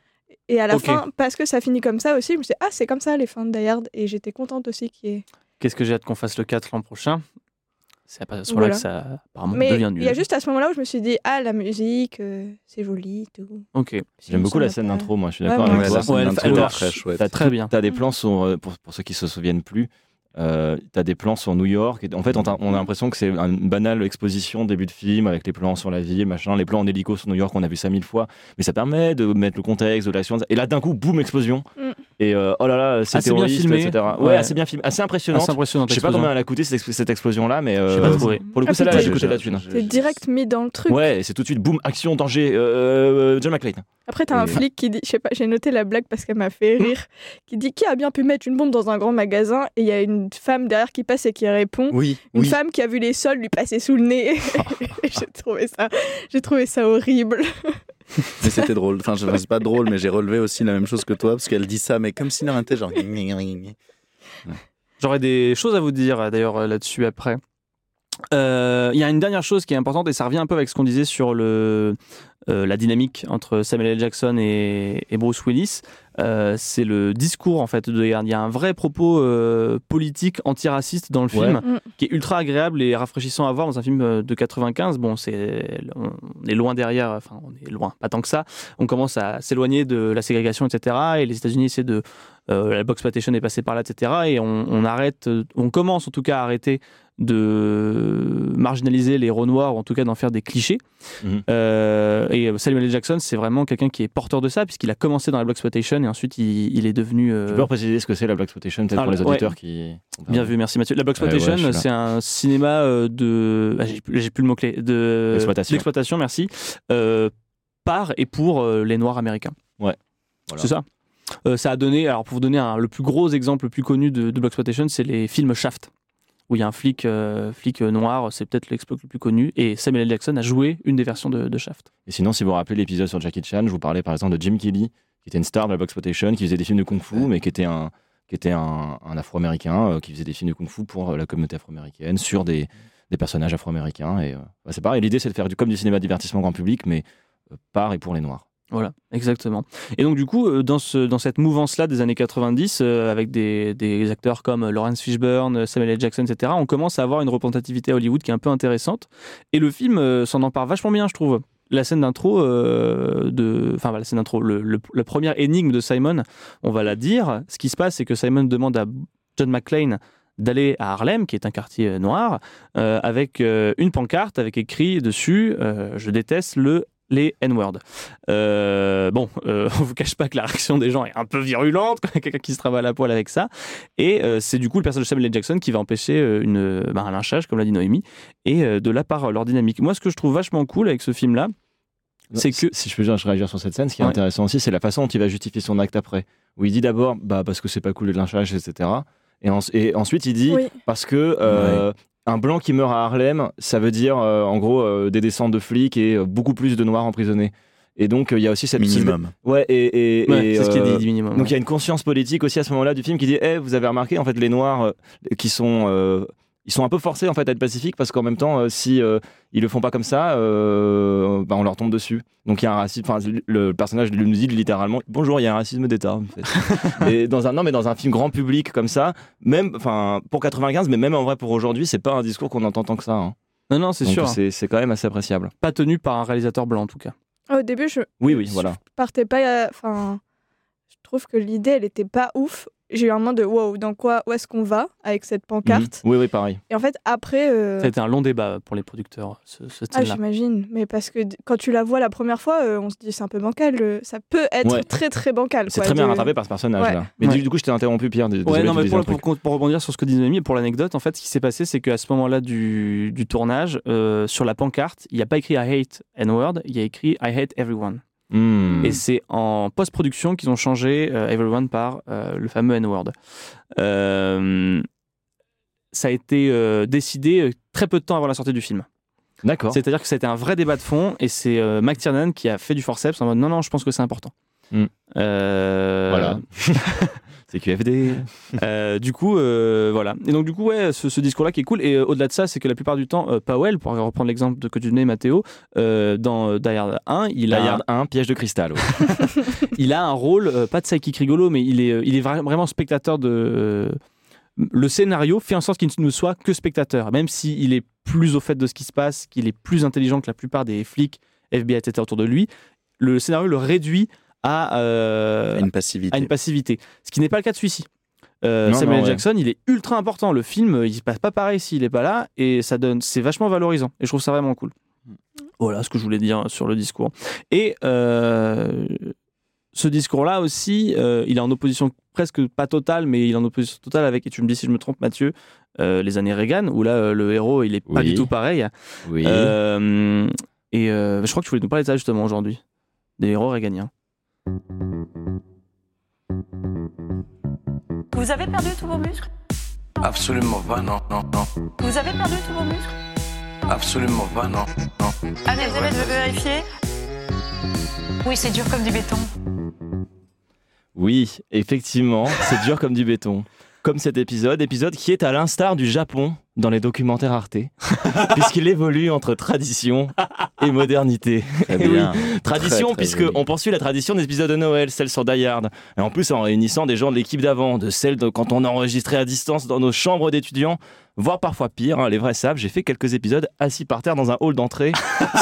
Et à la
Ok.
fin, parce que ça finit comme ça aussi, je me suis dit, ah c'est comme ça les fins de Die Hard, et j'étais contente aussi qu'il y ait...
Qu'est-ce que j'ai hâte qu'on fasse le 4 l'an prochain C'est à partir de ce
Voilà.
moment-là que ça apparemment
Mais
devient
il
nul.
y a juste à ce moment-là où je me suis dit, ah la musique, euh, c'est joli, tout.
Ok.
J'aime beaucoup la
Ça
scène
m'a pas-
d'intro, moi, je suis
Ouais,
d'accord
moi
avec
Ouais,
toi.
la scène
Ouais, elle-
d'intro
elle
est
marche.
très chouette.
T'as
Très bien.
T'as
Mm.
des plans sur, euh, pour, pour ceux qui se souviennent plus, euh, t'as des plans sur New York. Et en fait, on, t'a- on a l'impression que c'est une banale exposition début de film avec les plans sur la ville, machin, les plans en hélico sur New York, on a vu ça mille fois. Mais ça permet de mettre le contexte, de l'action. Et là, d'un coup, boum, explosion.
Mm.
Et euh, oh là là, c'est
Assez bien
terroriste,
filmé.
etc. Ouais,
Ouais.
assez bien filmé, assez impressionnant.
Assez impressionnant.
Je sais pas
l'explosion.
combien elle a coûté cette, ex- cette explosion-là, mais
J'ai
euh,
pas trouvé.
pour le coup,
Ah,
celle-là,
putain.
j'ai coûté de la thune.
T'es direct mis dans le truc.
Ouais, et c'est tout de suite, boum, action, danger, euh, John McClane.
Après, t'as un
Et-
flic qui dit, je sais pas, j'ai noté la blague parce qu'elle m'a fait rire, qui dit qui a bien pu mettre une bombe dans un grand magasin et il y a une femme derrière qui passe et qui répond.
Oui,
Une
oui.
femme qui a vu les sols lui passer sous le nez. j'ai trouvé ça, j'ai trouvé ça horrible.
Mais c'était drôle. Enfin, je- c'est pas drôle, mais j'ai relevé aussi la même chose que toi, parce qu'elle dit ça, mais comme s'il en était genre.
J'aurais des choses à vous dire euh, d'ailleurs euh, là-dessus après. Euh, Il y a une dernière chose qui est importante et ça revient un peu avec ce qu'on disait sur le, euh, la dynamique entre Samuel L. Jackson et, et Bruce Willis. Euh, c'est le discours en fait. de- Il y a il y a un vrai propos euh, politique antiraciste dans le
Ouais.
film
Mm.
qui est ultra agréable et rafraîchissant à voir dans un film euh, de 95. Bon, c'est on est loin derrière, enfin on est loin, pas tant que ça. On commence à s'éloigner de la ségrégation, etc. Et les États-Unis essaient de euh, la box plantation est passée par là, etc. Et on, on arrête, euh, on commence en tout cas à arrêter de marginaliser les héros noirs, ou en tout cas d'en faire des clichés.
Mhm.
Euh, et Samuel L. Jackson, c'est vraiment quelqu'un qui est porteur de ça, puisqu'il a commencé dans la box plantation et ensuite il, il est devenu. euh,
Tu peux préciser ce que c'est la Black Exploitation, peut-être
Ah,
pour les
ouais.
auditeurs qui.
Bien vu, merci Mathieu. La box
Ouais, ouais,
plantation,
je suis là.
c'est un cinéma euh, de. ah, j'ai plus j'ai plus le mot-clé. De...
D'exploitation.
d'exploitation, merci. Euh, par et pour euh, les Noirs américains.
Ouais. Voilà.
C'est ça. Euh, ça a donné. Alors, pour vous donner un- le plus gros exemple, le plus connu de, de exploitation, c'est les films Shaft, où il y a un flic, euh, flic euh, noir, c'est peut-être l'exploit le plus connu. Et Samuel L. Jackson a joué une des versions de, de Shaft.
Et sinon, si vous vous rappelez l'épisode sur Jackie Chan, je vous parlais par exemple de Jim Kelly, qui était une star de la Exploitation, qui faisait des films de kung-fu, mais qui était un qui était un, un afro-américain, euh, qui faisait des films de kung-fu pour euh, la communauté afro-américaine, sur des, des personnages afro-américains. Et euh, bah, c'est pareil, l'idée c'est de faire du, comme du cinéma de divertissement grand public, mais euh, par et pour les Noirs.
Voilà, exactement. Et donc du coup, euh, dans, ce, dans cette mouvance-là des années 90, euh, avec des, des acteurs comme Lawrence Fishburne, euh, Samuel L. Jackson, etc., on commence à avoir une représentativité à Hollywood qui est un peu intéressante. Et le film euh, s'en empare vachement bien, je trouve. La scène d'intro, euh, de... enfin voilà, la scène d'intro, le, le- la première énigme de Simon, on va la dire. Ce qui se passe, c'est que Simon demande à John McClane d'aller à Harlem, qui est un quartier euh, noir, euh, avec euh, une pancarte avec écrit dessus euh, Je déteste le les N-word. Euh, bon, euh, on vous cache pas que la réaction des gens est un peu virulente, quand il y a quelqu'un qui se travaille à la poêle avec ça. Et euh, c'est du coup le personnage de Samuel L. Jackson qui va empêcher euh, une, euh, ben, un lynchage, comme l'a dit Noémie, et euh, de là par euh, leur dynamique. Moi, ce que je trouve vachement cool avec ce film-là, C'est
Si-
que-
si je peux juste réagir sur cette scène, ce qui est
Ouais.
intéressant aussi, c'est la façon dont il va justifier son acte après. Où il dit d'abord, bah parce que c'est pas cool le lynchage, etc. Et, en- et ensuite il dit,
Oui.
parce que euh, un blanc qui meurt à Harlem, ça veut dire euh, en gros euh, des descentes de flics et euh, beaucoup plus de noirs emprisonnés. Et donc euh, il y a aussi cette
Minimum.
Ouais et, et-
ouais,
et,
c'est ce qui
euh,
est dit minimum.
donc il y a une conscience politique aussi à ce moment-là du film qui dit Eh, vous avez remarqué en fait les noirs euh, qui sont euh, ils sont un peu forcés en fait à être pacifiques parce qu'en même temps euh, si euh, ils le font pas comme ça euh, bah, on leur tombe dessus. Donc il y a un racisme enfin, le personnage nous dit littéralement bonjour, il y a un racisme d'état en fait. et dans un non mais dans un film grand public comme ça, même enfin pour 95 mais même en vrai pour aujourd'hui, c'est pas un discours qu'on entend tant que ça hein.
non, non, c'est
Donc,
sûr.
C'est c'est quand même assez appréciable.
Pas tenu par un réalisateur blanc, en tout cas.
Au début, je
Oui oui, voilà.
partais pas. Enfin, je trouve que l'idée, elle était pas ouf. J'ai eu un moment de wow, dans quoi, où est-ce qu'on va avec cette pancarte
Mhm. Oui oui, pareil.
Et en fait, après. euh,
Ça a été un long débat pour les producteurs, ce, ce
Ah,
là
j'imagine. Mais parce que d- quand tu la vois la première fois, euh, on se dit c'est un peu bancal. euh, ça peut être
Ouais.
très très bancal.
C'est
quoi,
très bien
de-
rattrapé par ce personnage
Ouais.
là. Mais
Ouais.
du, du coup, je t'ai interrompu Pierre, dés-
Ouais,
désolé,
non,
tu
mais
disais
pour,
un truc.
pour- pour rebondir sur ce que dit Noémie et pour l'anecdote, en fait, ce qui s'est passé, c'est qu'à ce moment-là du, du tournage, euh, sur la pancarte, il n'y a pas écrit I hate N-word, il y a écrit I hate everyone.
Hmm.
Et c'est en post-production qu'ils ont changé euh, Everyone par euh, le fameux N-word. Euh, ça a été euh, décidé euh, très peu de temps avant la sortie du film.
D'accord.
C'est-à-dire que c'était un vrai débat de fond et c'est euh, Mac Tiernan qui a fait du forceps en mode non, non, je pense que c'est important. Hmm.
Mm.
Euh,
Voilà. C'est QFD.
euh, du coup, euh, voilà. Et donc, du coup, ouais, ce, ce discours-là qui est cool. Et euh, au-delà de ça, c'est que la plupart du temps, euh, Powell, pour reprendre l'exemple de- que tu donnais, Mathéo, euh, dans euh, Die Hard 1, il a,
Layard 1, piège de cristal. ouais.
il a un rôle, euh, pas de psychique rigolo, mais il est, euh, il est vra- vraiment spectateur de. euh, le scénario fait en sorte qu'il ne soit que spectateur, même s'il est plus au fait de ce qui se passe, qu'il est plus intelligent que la plupart des flics, FBI, etc. autour de lui. Le scénario le réduit à,
Ah.
euh,
Une passivité.
à une passivité. Ce qui n'est pas le cas de celui-ci. Euh,
Non,
Samuel
non, ouais.
Jackson, il est ultra important. Le film, euh, il se passe pas pareil s'il est pas là, et ça donne, c'est vachement valorisant. Et je trouve ça vraiment cool.
Mm.
Voilà ce que je voulais dire sur le discours. Et euh, ce discours-là aussi, euh, il est en opposition presque pas totale, mais il est en opposition totale avec. Et tu me dis si je me trompe, Mathieu, euh, les années Reagan, où là euh, le héros, il est pas
Oui.
du tout pareil.
Oui.
Euh, et euh, je crois que tu voulais nous parler de ça justement aujourd'hui, des héros réganiens.
Vous avez perdu tous vos muscles
Absolument pas, non, non, non.
Vous avez perdu tous vos muscles
Absolument pas, non.
Allez, vous allez vérifier. Oui, c'est dur comme du béton.
Oui, effectivement, c'est dur comme du béton. Comme cet épisode, épisode qui est à l'instar du Japon dans les documentaires Arte, puisqu'il évolue entre tradition et modernité.
Très
Eh oui.
bien.
Tradition,
Très, très
puisque
joli.
on poursuit la tradition des épisodes de Noël, celle sur Die Hard. Et en plus, en réunissant des gens de l'équipe d'avant, de celle de quand on enregistrait à distance dans nos chambres d'étudiants, voire parfois pire, hein, les vrais savent, j'ai fait quelques épisodes assis par terre dans un hall d'entrée.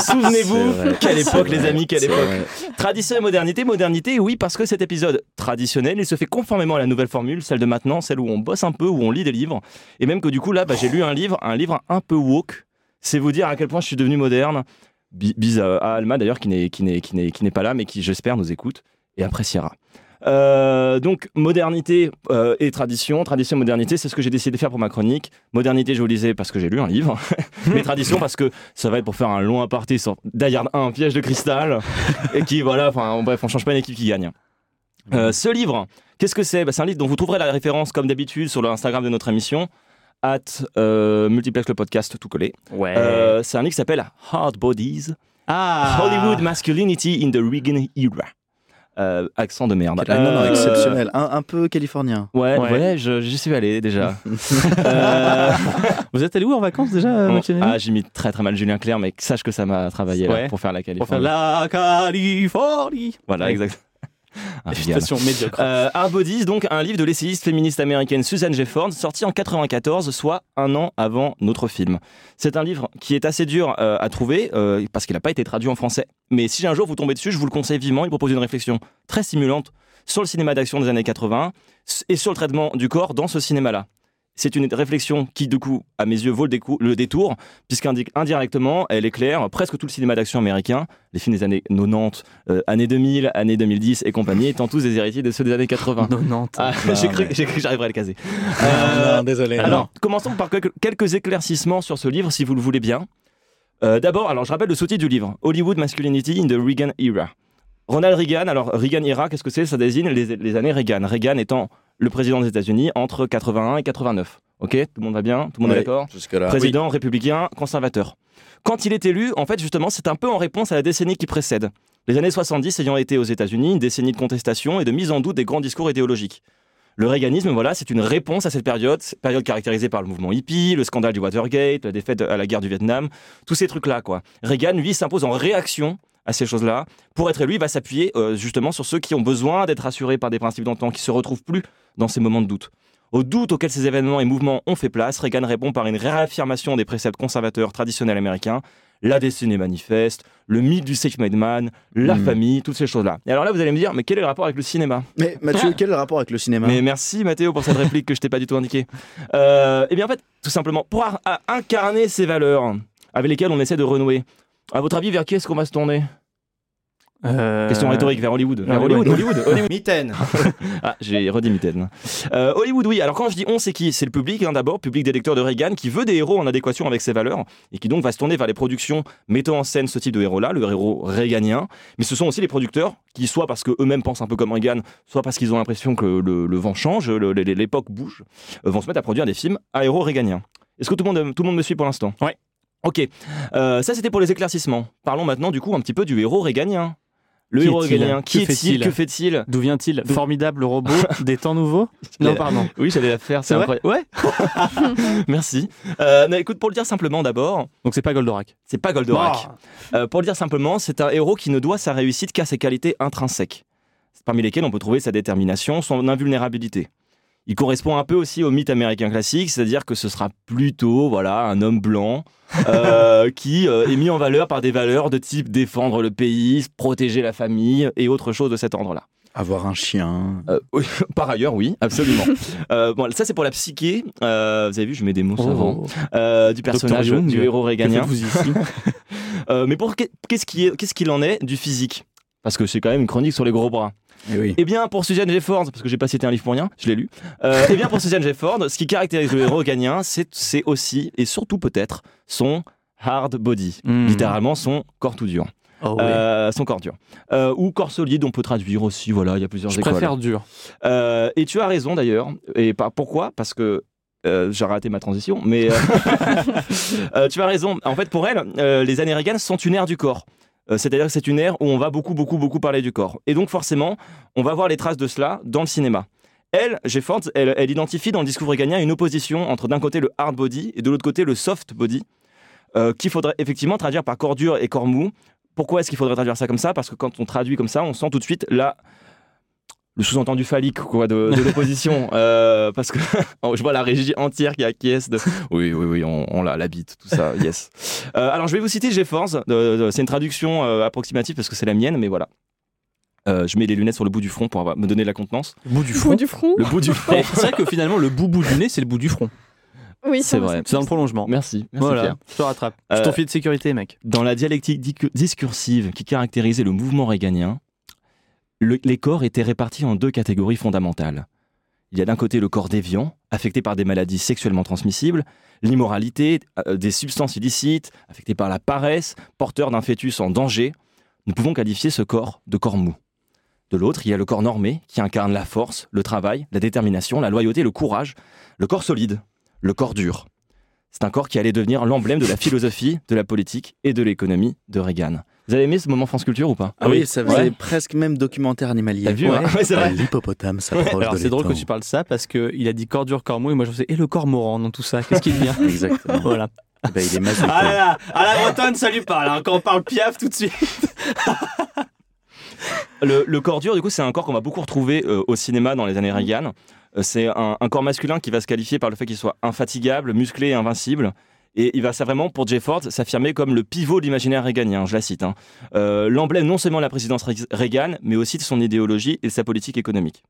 Souvenez-vous,
C'est vrai,
quelle
c'est
époque, les
vrai,
amis, quelle
c'est
époque.
vrai.
Tradition et modernité, modernité, oui, parce que cet épisode traditionnel, il se fait conformément à la nouvelle formule, celle de maintenant, celle où on bosse un peu, où on lit des livres. Et même que du coup, là, bah, j'ai lu un livre, un livre un peu woke. C'est vous dire à quel point je suis devenu moderne. Bi- Bise à, à Alma, d'ailleurs, qui n'est, qui, n'est, qui, n'est, qui n'est pas là, mais qui, j'espère, nous écoute et appréciera. Euh, donc, modernité euh, et tradition. Tradition, modernité, c'est ce que j'ai décidé de faire pour ma chronique. Modernité, je vous lisais parce que j'ai lu un livre. Mais tradition, parce que ça va être pour faire un long aparté sur Die Hard 1, piège de cristal et qui, voilà, enfin, en bref, on change pas une équipe qui gagne. Euh, ce livre, qu'est-ce que c'est Bah, C'est un livre dont vous trouverez la référence, comme d'habitude, sur l'Instagram de notre émission, at euh, multiplex le podcast tout collé.
Ouais.
Euh, c'est un livre qui s'appelle Hard Bodies,
ah
Hollywood Masculinity in the Reagan Era. Euh, accent de merde.
Ah non, non,
Euh,
exceptionnel. Un, un peu californien.
Ouais,
Ouais.
ouais. je- j'y suis allé déjà. Euh,
Vous êtes allé où en vacances déjà, euh,
on-
Mathieu Nelly
ah, j'imite très très mal Julien Clerc, mais sache que ça m'a travaillé là,
Ouais.
pour faire la
Pour
Californie.
faire la Californie
Voilà, exact. Un régal.
Expression médiocre.
Ah, Euh, Hard Bodies, donc un livre de l'essayiste féministe américaine Suzanne Jefford, sorti en 94, soit un an avant notre film. C'est un livre qui est assez dur euh, à trouver euh, parce qu'il n'a pas été traduit en français. Mais si un jour vous tombez dessus, je vous le conseille vivement. Il propose une réflexion très stimulante sur le cinéma d'action des années 80 et sur le traitement du corps dans ce cinéma-là. C'est une réflexion qui, du coup, à mes yeux, vaut le, décou- le détour, puisqu'indirectement, elle éclaire presque tout le cinéma d'action américain, les films des années 90, euh, années 2000, années 2010 et compagnie, étant tous des héritiers de ceux des années 80.
Non, Nantes.
Ah,
Non,
j'ai cru,
mais-
j'ai cru que j'arriverais à le caser.
Non,
Euh,
non, désolé.
alors, commençons par quelques- quelques éclaircissements sur ce livre, si vous le voulez bien. Euh, D'abord, alors je rappelle le sous-titre du livre Hollywood Masculinity in the Reagan Era. Ronald Reagan, alors Reagan Era, qu'est-ce que c'est Ça désigne les, les années Reagan. Reagan étant le président des États-Unis entre 81 et 89. Ok Tout le monde va bien Tout le monde est
Ouais,
d'accord
Jusque-là.
Ah
Président républicain, conservateur. Quand il est élu, en fait, justement, c'est un peu en réponse à la décennie qui précède. Les années 70 ayant été aux États-Unis une décennie de contestation et de mise en doute des grands discours idéologiques. Le réganisme, voilà, c'est une réponse à cette période, période caractérisée par le mouvement hippie, le scandale du Watergate, la défaite à la guerre du Vietnam, tous ces trucs-là, quoi. Reagan, lui, s'impose en réaction à ces choses-là. Pour être élu, il va s'appuyer euh, justement sur ceux qui ont besoin d'être assurés par des principes d'antan, qui se retrouvent plus dans ces moments de doute. Aux doutes auxquels ces événements et mouvements ont fait place, Reagan répond par une réaffirmation des préceptes conservateurs traditionnels américains, la décennie manifeste, le mythe du self-made man, la
Mm.
famille, toutes ces choses-là. Et alors là, vous allez me dire, mais quel est le rapport avec le cinéma
Mais Mathieu, quel est le rapport avec le cinéma
mais merci Mathéo pour cette réplique que je t'ai pas du tout indiquée. Euh, Eh bien en fait, tout simplement, pour ar- à incarner ces valeurs avec lesquelles on essaie de renouer, à votre avis, vers qui est-ce qu'on va se tourner
Euh,
Question rhétorique, vers Hollywood. Vers
vers
Hollywood, Hollywood, Hollywood.
Mitaine.
Ah, j'ai redit mi tête. Euh, Hollywood, oui. Alors quand je dis on, c'est qui C'est le public, hein, d'abord, public des lecteurs de Reagan, qui veut des héros en adéquation avec ses valeurs, et qui donc va se tourner vers les productions mettant en scène ce type de héros-là, le héros réganien. Mais ce sont aussi les producteurs, qui soit parce qu'eux-mêmes pensent un peu comme Reagan, soit parce qu'ils ont l'impression que le, le vent change, le- le- l'époque bouge, euh, vont se mettre à produire des films à héros réganiens. Est-ce que tout le, monde, tout le monde me suit pour l'instant
Ouais.
Ok. Euh, ça, c'était pour les éclaircissements. Parlons maintenant, du coup, un petit peu du héros réganien. Le
Qui
héros
est-il
réganien, qui
Que
est-il
fait-il
Que fait-il
D'où vient-il Formidable robot des temps nouveaux Euh, Non, pardon.
Oui, j'allais la faire,
C'est vrai Ouais.
Merci. Euh, mais écoute, pour le dire simplement d'abord,
Donc c'est pas Goldorak.
c'est pas Goldorak. Euh, pour le dire simplement, c'est un héros qui ne doit sa réussite qu'à ses qualités intrinsèques, parmi lesquelles on peut trouver sa détermination, son invulnérabilité. Il correspond un peu aussi au mythe américain classique, c'est-à-dire que ce sera plutôt voilà un homme blanc euh, qui euh, est mis en valeur par des valeurs de type défendre le pays, protéger la famille et autres choses de cet ordre-là.
Avoir un chien.
Euh, oui, par ailleurs, oui, absolument. Euh, bon, ça c'est pour la psyché. Euh, vous avez vu, je mets des
Oh,
mots savants euh, du personnage
Young,
du héros réganien.
vous ici
Euh, mais pour qu'est- qu'est-ce qui est- qu'est-ce qu'il en est du physique Parce que c'est quand même une chronique sur les gros bras.
Eh oui.
Eh bien, pour Suzanne Jefford, parce que j'ai pas cité un livre pour rien, je l'ai lu. Euh, eh bien, pour Suzanne Jefford, ce qui caractérise le héros réganien, c'est c'est aussi et surtout peut-être son hard body,
Mm.
littéralement son corps tout dur,
Oh, ouais.
Euh, son corps dur, Euh, ou corps solide, on peut traduire aussi. Voilà, il y a plusieurs
Je
écoles.
préfère dur.
Euh, et tu as raison d'ailleurs. Et par, pourquoi Parce que euh, j'ai raté ma transition, mais euh, euh, tu as raison. En fait, pour elle, euh, les années Reagan sont une ère du corps. Euh, C'est-à-dire que c'est une ère où on va beaucoup, beaucoup, beaucoup parler du corps. Et donc forcément, on va voir les traces de cela dans le cinéma. Elle, Jefford, elle, elle identifie dans le discours ricanien une opposition entre d'un côté le hard body et de l'autre côté le soft body, euh, qu'il faudrait effectivement traduire par corps dur et corps mou. Pourquoi est-ce qu'il faudrait traduire ça comme ça Parce que quand on traduit comme ça, on sent tout de suite la, le sous-entendu phallique quoi, de, de l'opposition. Euh, parce que je vois la régie entière qui acquiesce de oui, oui, oui, on, on la, la bite, tout ça, yes. Euh, alors je vais vous citer GeForce, de- de- c'est une traduction euh, approximative parce que c'est la mienne, mais voilà. Euh, je mets les lunettes sur le bout du front pour avoir- me donner de la contenance.
Le bout du
Bout du front.
Le bout du front.
Eh, C'est vrai que finalement, le bout-bout du nez, c'est le bout du front.
Oui,
c'est
ça me
vrai.
semble.
C'est dans le prolongement.
Merci. merci
voilà,
Pierre.
je te rattrape.
Euh,
Je t'en fais de sécurité, mec.
Dans la dialectique dic- discursive qui caractérisait le mouvement réganien, les corps étaient répartis en deux catégories fondamentales. Il y a d'un côté le corps déviant, affecté par des maladies sexuellement transmissibles, l'immoralité, euh, des substances illicites, affecté par la paresse, porteur d'un fœtus en danger. Nous pouvons qualifier ce corps de corps mou. De l'autre, il y a le corps normé, qui incarne la force, le travail, la détermination, la loyauté, le courage, le corps solide, le corps dur. C'est un corps qui allait devenir l'emblème de la philosophie, de la politique et de l'économie de Reagan. Vous avez aimé ce moment France Culture ou pas
Ah oui, ça faisait
Ouais.
presque même documentaire animalier. Euh,
T'as vu, hein Ouais, c'est vrai.
L'hippopotame s'approche
Alors
de
c'est drôle que
l'étang.
tu parles de ça parce que il a dit corps dur, corps mou et moi je pensais et le corps mourant dans tout ça, qu'est-ce qu'il vient
Exactement.
Voilà.
Eh ben, il est masochiste.
Ah là là, à la Bretonne ça lui parle, hein. quand on parle piaf tout de suite.
Le, le corps dur, du coup, c'est un corps qu'on va beaucoup retrouver euh, au cinéma dans les années Reagan. Euh, C'est un, un corps masculin qui va se qualifier par le fait qu'il soit infatigable, musclé et invincible. Et il va ça vraiment, pour Jay Ford, s'affirmer comme le pivot de l'imaginaire réganien, je la cite. hein. Euh, L'emblème non seulement de la présidence Re- Reagan, mais aussi de son idéologie et de sa politique économique.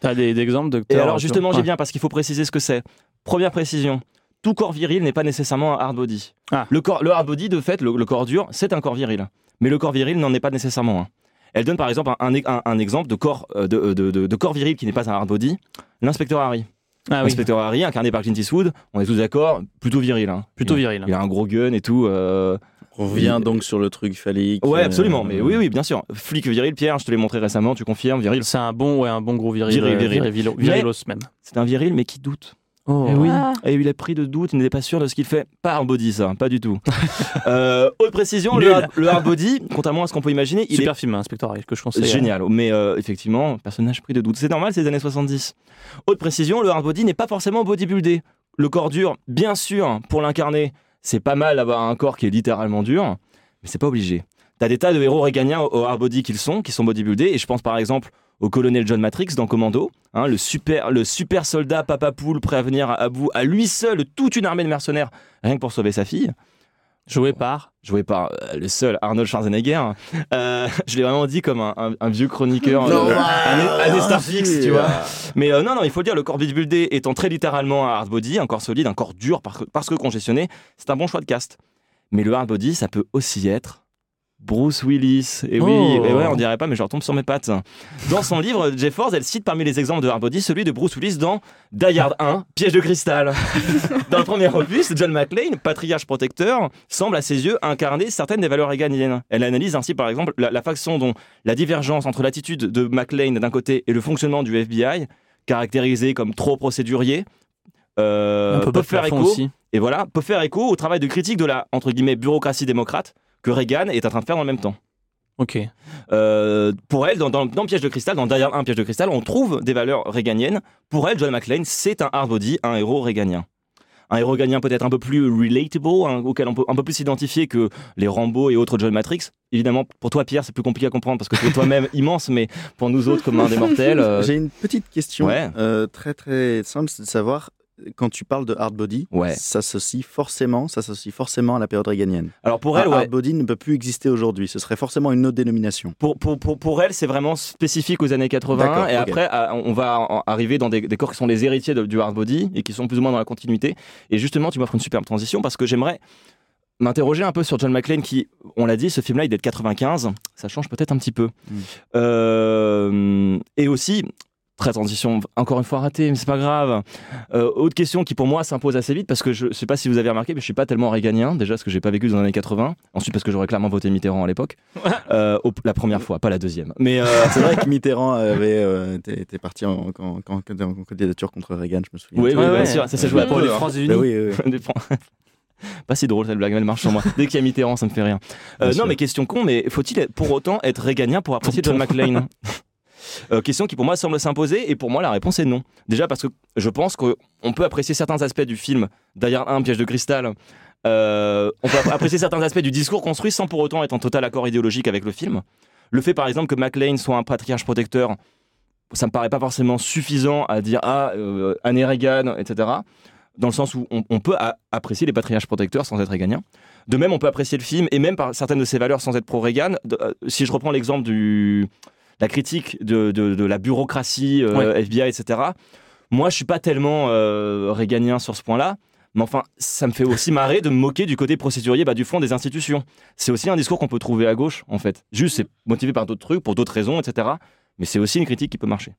T'as des, des exemples de.
Et alors justement, j'ai
Ouais.
bien, parce qu'il faut préciser ce que c'est. Première précision, tout corps viril n'est pas nécessairement un hard body.
Ah.
Le, corps, le hard body, de fait, le, le corps dur, c'est un corps viril. Mais le corps viril n'en est pas nécessairement un. Elle donne par exemple un, un- un exemple de corps, euh, de, de- de- de corps viril qui n'est pas un hard body, l'inspecteur Harry.
Ah oui,
L'inspecteur Harry, incarné par Clint Eastwood, on est tous d'accord, plutôt viril. hein.
plutôt
Il-
viril.
Il a un gros gun et tout. euh,
On revient donc sur le truc phallique.
Ouais,
euh,
absolument. Mais oui, oui, bien sûr. Flic viril, Pierre, je te l'ai montré récemment, tu confirmes, viril.
C'est un bon, ouais, un bon gros viril.
Viril,
euh,
viril.
virilo-
Mais-
virilos même.
C'est un viril, mais qui doute.
Oh.
Eh oui.
Ah.
Et il a pris de doute, il n'était pas sûr de ce qu'il fait. Pas hard body, ça, pas du tout. euh, autre précision, le,
Nul.
hard- le hard body, contrairement à ce qu'on peut imaginer, il
Super film, hein, Inspecteur Harry, que je
est
conseille.
génial. Mais euh, effectivement, personnage pris de doute. C'est normal, c'est les années 70. Autre précision, le hard body n'est pas forcément bodybuildé. Le corps dur, bien sûr, pour l'incarner, c'est pas mal d'avoir un corps qui est littéralement dur, mais c'est pas obligé. T'as des tas de héros réganiens au au hard body qu'ils sont, qui sont bodybuildés, et je pense par exemple au colonel John Matrix dans Commando, hein, le, super, le super soldat Papa Poule prêt à venir à bout à lui seul toute une armée de mercenaires, rien que pour sauver sa fille
Joué par.
joué par euh, le seul Arnold Schwarzenegger. Euh, je l'ai vraiment dit comme un, un- un vieux
Oh
chroniqueur,
Non,
euh,
ah,
bah,
un, un
bien
star fixe, tu
sûr.
vois. Mais euh, non, non, il faut le dire, le corps bodybuildé étant très littéralement un hard body, un corps solide, un corps dur par- parce que congestionné, c'est un bon choix de cast. Mais le hard body, ça peut aussi être Bruce Willis. Et oui,
Oh.
et ouais, on dirait pas, mais je retombe sur mes pattes. Dans son livre, Jeffors, elle cite parmi les exemples de hard body celui de Bruce Willis dans Die Hard 1, Piège de cristal. Dans le premier opus, John McClane, patriarche protecteur, semble à ses yeux incarner certaines des valeurs réganiennes. Elle analyse ainsi par exemple la, la façon dont la divergence entre l'attitude de McClane d'un côté et le fonctionnement du FBI, caractérisé comme trop procédurier, euh, peut,
battre
faire
plafond
écho et voilà, peut faire écho au travail de critique de la entre guillemets bureaucratie démocrate que Reagan est en train de faire dans le même temps.
Ok.
Euh, pour elle, dans, dans, dans Piège de cristal, dans Derrière un piège de cristal, on trouve des valeurs réganiennes. Pour elle, John McClane, c'est un hard body, un héros réganien. Un héros réganien peut-être un peu plus relatable, hein, auquel on peut un peu plus s'identifier que les Rambo et autres John Matrix. Évidemment, pour toi, Pierre, c'est plus compliqué à comprendre parce que tu es toi-même immense, mais pour nous autres, comme un des mortels. euh,
J'ai une petite question
Ouais.
euh, très très simple, c'est de savoir quand tu parles de hard body,
Ouais.
s'associe forcément, s'associe forcément à la période réganienne.
Alors pour elle,
Un
ouais.
hard body ne peut plus exister aujourd'hui. Ce serait forcément une autre dénomination.
pour, pour, pour, pour elle, c'est vraiment spécifique aux années 80.
D'accord,
Et
ok.
après, à- on va en- arriver dans des, des corps qui sont les héritiers de- du hard body et qui sont plus ou moins dans la continuité. Et justement, tu m'offres une superbe transition parce que j'aimerais m'interroger un peu sur John McClane qui, on l'a dit, ce film-là, il date de 95. Ça change peut-être un petit peu.
Mm.
Euh, et aussi, très transition, encore une fois ratée, mais c'est pas grave. Euh, autre question qui pour moi s'impose assez vite parce que je sais pas si vous avez remarqué, mais je suis pas tellement réganien déjà parce que j'ai pas vécu dans les années 80. Ensuite parce que j'aurais clairement voté Mitterrand à l'époque, Euh, au- la première fois, pas la deuxième. Mais euh,
C'est vrai que Mitterrand avait euh, était, était parti en, en- en- en- en candidature contre Reagan, je me souviens.
oui, oui,
ouais,
bien
ouais.
sûr, ça s'est joué à
Pour
Paul.
les France
Bah oui, oui, oui.
Des Fran- Pas si drôle cette blague, mais elle marche sur moi. Dès qu'il y a Mitterrand, ça me fait rien.
Bien sûr.
non, mais question con, mais faut-il pour autant être réganien pour apprécier John McClane Euh, question qui pour moi semble s'imposer et pour moi la réponse est non. Déjà parce que je pense qu'on peut apprécier certains aspects du film Die Hard 1, Piège de cristal. Euh, on peut apprécier certains aspects du discours construit sans pour autant être en total accord idéologique avec le film. Le fait par exemple que McLean soit un patriarche protecteur, ça me paraît pas forcément suffisant à dire ah euh, année Reagan, etc. Dans le sens où on, on peut a- apprécier les patriarches protecteurs sans être réganien. De même, on peut apprécier le film et même par certaines de ses valeurs sans être pro-Reagan. De- euh, si je reprends l'exemple du la critique de, de- de la bureaucratie euh, FBI, etc. Moi, je suis pas tellement euh, réganien sur ce point-là. Mais enfin, ça me fait aussi marrer de me moquer du côté procédurier bah, du fond des institutions. C'est aussi un discours qu'on peut trouver à gauche, en fait. Juste, c'est motivé par d'autres trucs, pour d'autres raisons, etc. Mais c'est aussi une critique qui peut marcher.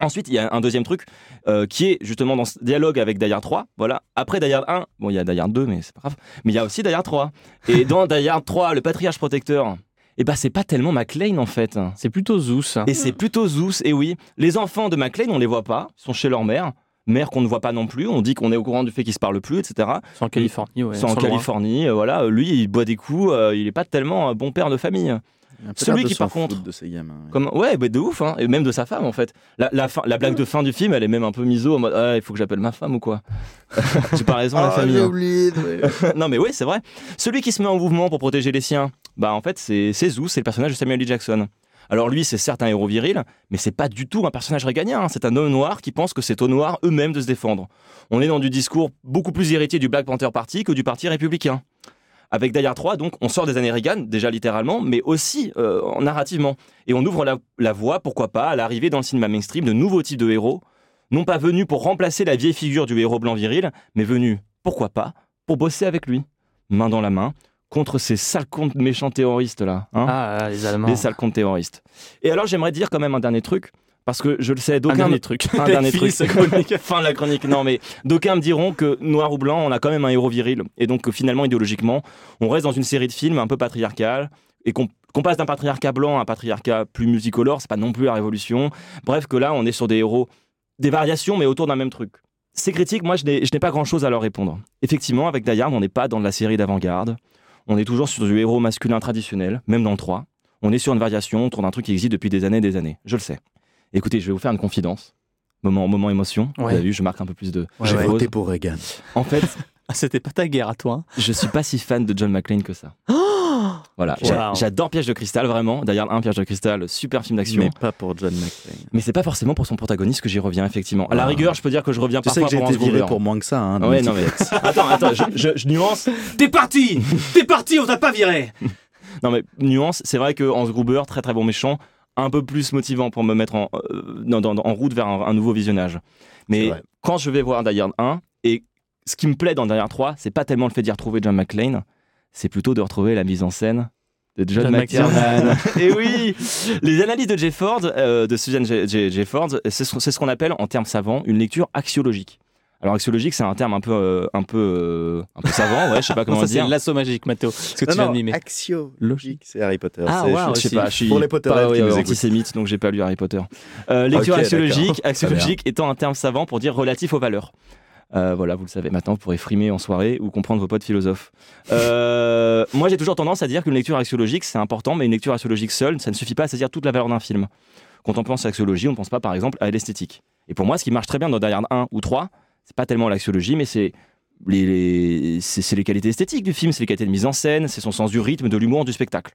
Ensuite, il y a un deuxième truc euh, qui est justement dans ce dialogue avec Die Hard 3. Voilà. Après Die Hard 1, bon, il y a Die Hard 2, mais c'est pas grave. Mais il y a aussi Die Hard 3. Et dans Die Hard 3, Hein, le patriarche protecteur, eh ben, c'est pas tellement McLean, en fait.
C'est plutôt Zeus. hein.
Et c'est plutôt Zeus, et oui. Les enfants de McLean, on les voit pas, ils sont chez leur mère. Mère qu'on ne voit pas non plus, on dit qu'on est au courant du fait qu'ils se parlent plus, etc.
C'est en Californie, ouais.
c'est en
sur le bras.
Californie, euh, voilà. euh, Lui, il boit des coups, euh, il est pas tellement un bon père de famille. Celui qui, par contre-
de ces gamins. ouais.
Comme, ouais, bah, de ouf, hein, et même de sa femme en fait. La, la, fin- la blague de fin du film, elle est même un peu miso en mode Ah, il faut que j'appelle ma femme ou quoi. J'ai pas raison, la
Ah,
famille. hein.
j'ai oublié. de-
non mais oui, c'est vrai. Celui qui se met en mouvement pour protéger les siens, bah en fait c'est c'est Zeus, c'est le personnage de Samuel L. Jackson. Alors lui, c'est certes un héros viril, mais c'est pas du tout un personnage réganien. hein. C'est un homme noir qui pense que c'est aux noirs eux-mêmes de se défendre. On est dans du discours beaucoup plus héritier du Black Panther Party que du Parti républicain. Avec Die Hard 3, donc, on sort des années Reagan, déjà littéralement, mais aussi euh, narrativement. Et on ouvre la, la voie, pourquoi pas, à l'arrivée dans le cinéma mainstream de nouveaux types de héros, non pas venus pour remplacer la vieille figure du héros blanc viril, mais venus, pourquoi pas, pour bosser avec lui, main dans la main, contre ces sales comptes méchants terroristes là. hein.
Ah, là, les Allemands.
Les sales comptes terroristes. Et alors j'aimerais dire quand même un dernier truc, parce que je le sais,
Un
d'aucuns
dernier truc.
un dernier
Fini
truc.
sa chronique.
fin de la chronique. Non, mais d'aucuns me diront que noir ou blanc, on a quand même un héros viril. Et donc, que finalement, idéologiquement, on reste dans une série de films un peu patriarcale. Et qu'on qu'on passe d'un patriarcat blanc à un patriarcat plus musicolore, c'est pas non plus la révolution. Bref, que là, on est sur des héros, des variations, mais autour d'un même truc. Ces critiques, moi, je n'ai je n'ai pas grand chose à leur répondre. Effectivement, avec Die Hard, on n'est pas dans de la série d'avant-garde. On est toujours sur du héros masculin traditionnel, même dans le 3. On est sur une variation autour d'un truc qui existe depuis des années et des années. Je le sais. Écoutez, je vais vous faire une confidence moment, moment émotion. Vous
Ouais.
avez vu, je marque un peu plus de.
Ouais,
J'ai
ouais.
voté pour Reagan.
En fait,
Ah, C'était pas ta guerre à toi. hein.
je suis pas si fan de John McClane que ça. voilà,
Wow.
J'a- j'adore Piège de cristal vraiment. D'ailleurs, un Piège de cristal, super film d'action.
Mais
Mais,
pas pour John McClane.
c'est pas forcément pour son protagoniste que j'y reviens effectivement. À la
Ah.
rigueur, je peux dire que je reviens
Tu sais
parfois
que j'ai
pour un
été viré
secondaire.
pour moins que ça. Hein, dans
Ah Ouais,
le
non mais attends, attends, je, je- je nuance.
T'es parti T'es parti, on t'a pas viré
Non mais nuance, c'est vrai que Hans Gruber, très très bon méchant, un peu plus motivant pour me mettre en, euh, dans- dans- en route vers un, un nouveau visionnage.
C'est
Mais
vrai.
quand je vais voir Die Hard 1, et ce qui me plaît dans Die Hard 3, c'est pas tellement le fait d'y retrouver John McClane, c'est plutôt de retrouver la mise en scène de John,
John
McTiernan. et oui Les analyses de Jefford, euh, de Susan J- J- Jefford, c'est ce, c'est ce qu'on appelle en termes savants une lecture axiologique. Alors axiologique, c'est un terme un peu, euh, un peu, euh, un peu savant, ouais, je sais pas comment
Ça, c'est
dire.
l'assaut magique, Mathéo. Ce que tu viens
non,
de
non,
mimer.
Axio.
Logique.
Logique, c'est Harry Potter.
Ah,
C'est-
waouh,
Je sais
aussi.
pas, je suis
Pour les Potterheads
pas
qui
euh,
nous écoutent.
antisémite, donc j'ai pas lu Harry Potter. Euh, lecture
Ok,
axiologique,
d'accord.
axiologique étant un terme savant pour dire relatif aux valeurs. Euh, voilà, vous le savez maintenant, vous pourrez frimer en soirée ou comprendre vos potes philosophes. Euh, moi, j'ai toujours tendance à dire qu'une lecture axiologique, c'est important, mais une lecture axiologique seule, ça ne suffit pas à saisir toute la valeur d'un film. Quand on pense à axiologie, on ne pense pas par exemple à l'esthétique. Et pour moi, ce qui marche très bien dans Die Hard 1 ou 3, c'est pas tellement l'axiologie, mais c'est les, les- c'est c'est les qualités esthétiques du film, c'est les qualités de mise en scène, c'est son sens du rythme, de l'humour, du spectacle.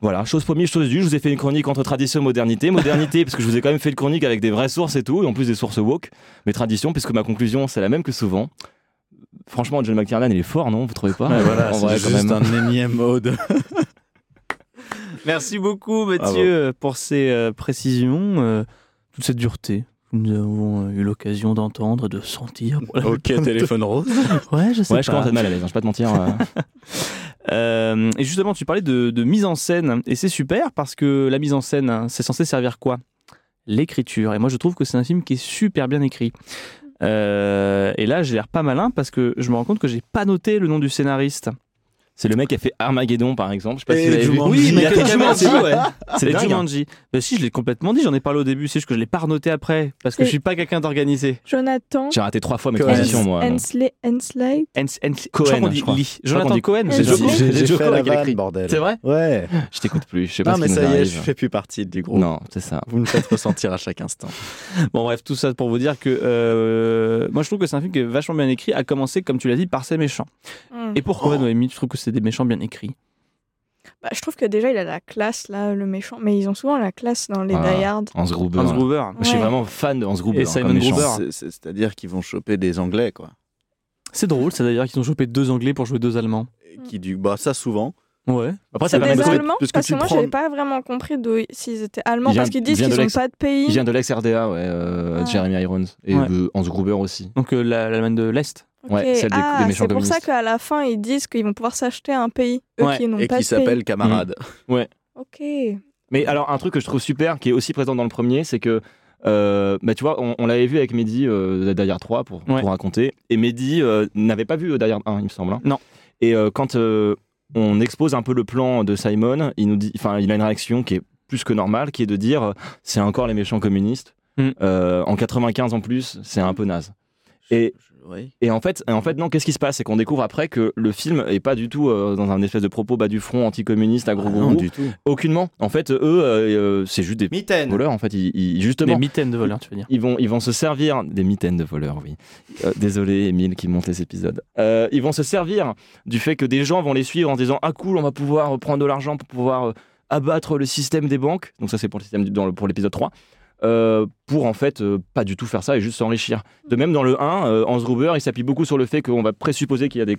Voilà, chose promise, chose due. Je vous ai fait une chronique entre tradition et modernité. Modernité, parce que je vous ai quand même fait une chronique avec des vraies sources et tout, et en plus des sources woke. Mais tradition, puisque ma conclusion, c'est la même que souvent. Franchement, John McTiernan, il est fort, non Vous trouvez pas
Ouais, voilà,
En
c'est
vrai, quand
juste
même.
un énième mode.
Merci beaucoup,
Bravo.
Mathieu, pour ces euh, précisions, euh, toute cette dureté que nous avons euh, eu l'occasion d'entendre, de sentir.
ok, téléphone rose.
Ouais, je sais
Ouais, je
pas.
commence à être mal à l'aise, hein, je vais pas te mentir. euh.
Euh, et justement, tu parlais de, de mise en scène, et c'est super parce que la mise en scène, hein, c'est censé servir quoi L'écriture. Et moi, je trouve que c'est un film qui est super bien écrit. Euh, et là, j'ai l'air pas malin parce que je me rends compte que j'ai pas noté le nom du scénariste.
C'est le mec qui a fait Armageddon, par exemple. Je sais pas si
Et
vous l'avez vu.
Jumanji.
Oui,
Il
mais
a
quel
fait
Jumanji,
Jumanji.
ouais.
C'est
Et
dingue.
Jumanji. Bah si, je l'ai complètement dit, j'en ai parlé au début, c'est juste que je l'ai pas renoté après, parce que
C'est-
je suis pas quelqu'un d'organisé.
Jonathan
J'ai raté trois fois mes
Cohen.
transitions, moi.
Hensley, Hensley.
Hens- Hens- je crois
Cohen,
qu'on
je
dit
crois.
Lee.
crois qu'on
Jonathan
dit-
Cohen,
J'ai-
c'est Joko.
j'ai-
j'ai fait la vanne,
bordel.
C'est vrai
Ouais.
Je t'écoute plus. Je sais pas
Non,
ce
mais
qui
ça
nous
y est,
arrive.
je fais plus partie du groupe.
Non, c'est ça.
Vous me faites ressentir à chaque instant.
Bon bref, tout ça pour vous dire que euh, moi je trouve que c'est un film qui est vachement bien écrit, à commencer comme tu l'as dit par ses méchants.
Hmm.
Et pourquoi
Oh.
Noémie, tu trouves que c'est des méchants bien écrits
Bah, je trouve que déjà, il a la classe, là, le méchant. Mais ils ont souvent la classe dans les
Ah.
Die Hard.
Hans Gruber.
Hans Gruber.
Je suis
Ouais.
vraiment fan de Hans Gruber.
Et
hein,
Simon
comme méchant.
Gruber.
C'est- c'est- C'est-à-dire qu'ils vont choper des Anglais, quoi.
C'est drôle, c'est d'ailleurs qu'ils ont chopé deux Anglais pour jouer deux Allemands.
Et
Hmm.
Qui du bah ça souvent.
Ouais.
Après, ça
C'est
permet
des
de trouver-
Allemands
parce que
Parce
tu
que moi,
prends-
j'avais pas vraiment compris d'où s'ils étaient Allemands.
Il vient-
Parce qu'ils disent
vient de
qu'ils ont
l'ex-
pas de pays.
Il vient de l'ex-RDA, ouais, euh,
Mm. Ah.
Jeremy Irons. Et
Ouais.
de Hans Gruber aussi.
Donc euh, la- l'Allemagne de l'Est.
Ouais,
Ok.
celle des- des
Ah,
méchants
C'est pour ça
communistes.
qu'à la fin, ils disent qu'ils vont pouvoir s'acheter un pays. Eux
Ouais,
qui n'ont
Et
pas
qui
de pays.
s'appellent camarades.
Hmm.
Ok.
Mais alors, un truc que je trouve super, qui est aussi présent dans le premier, c'est que, euh, bah, tu vois, on, on l'avait vu avec Mehdi euh, Die Hard 3 pour,
Ouais.
pour raconter. Et Mehdi euh, n'avait pas vu euh, Die Hard 1, il me semble. hein.
Non.
Et euh, quand euh, on expose un peu le plan de Simon, il, nous dit, enfin, il a une réaction qui est plus que normale, qui est de dire euh, c'est encore les méchants communistes.
Mm.
Euh, en 95 en plus, c'est un peu naze. Et-
Je- je- oui.
Et en fait, en fait non, qu'est-ce qui se passe C'est qu'on découvre après que le film est pas du tout euh, dans un espèce de propos bas du front anticommuniste,
Ah,
agro
non, du tout.
Aucunement. En fait, eux, euh, euh, c'est juste des
Mitaine.
voleurs. En fait, ils, ils-
Des
justement,
mitaines de voleurs, tu veux dire.
ils vont, ils vont se servir des mitaines de voleurs. Oui. Euh, désolé, Émile, qui monte les épisodes. Euh, ils vont se servir du fait que des gens vont les suivre en se disant ah cool, on va pouvoir prendre de l'argent pour pouvoir euh, abattre le système des banques. Donc ça, c'est pour le système du- dans le- pour l'épisode 3. euh, pour en fait euh, pas du tout faire ça et juste s'enrichir. De même dans le 1, euh, Hans Gruber il s'appuie beaucoup sur le fait qu'on va présupposer qu'il y a des,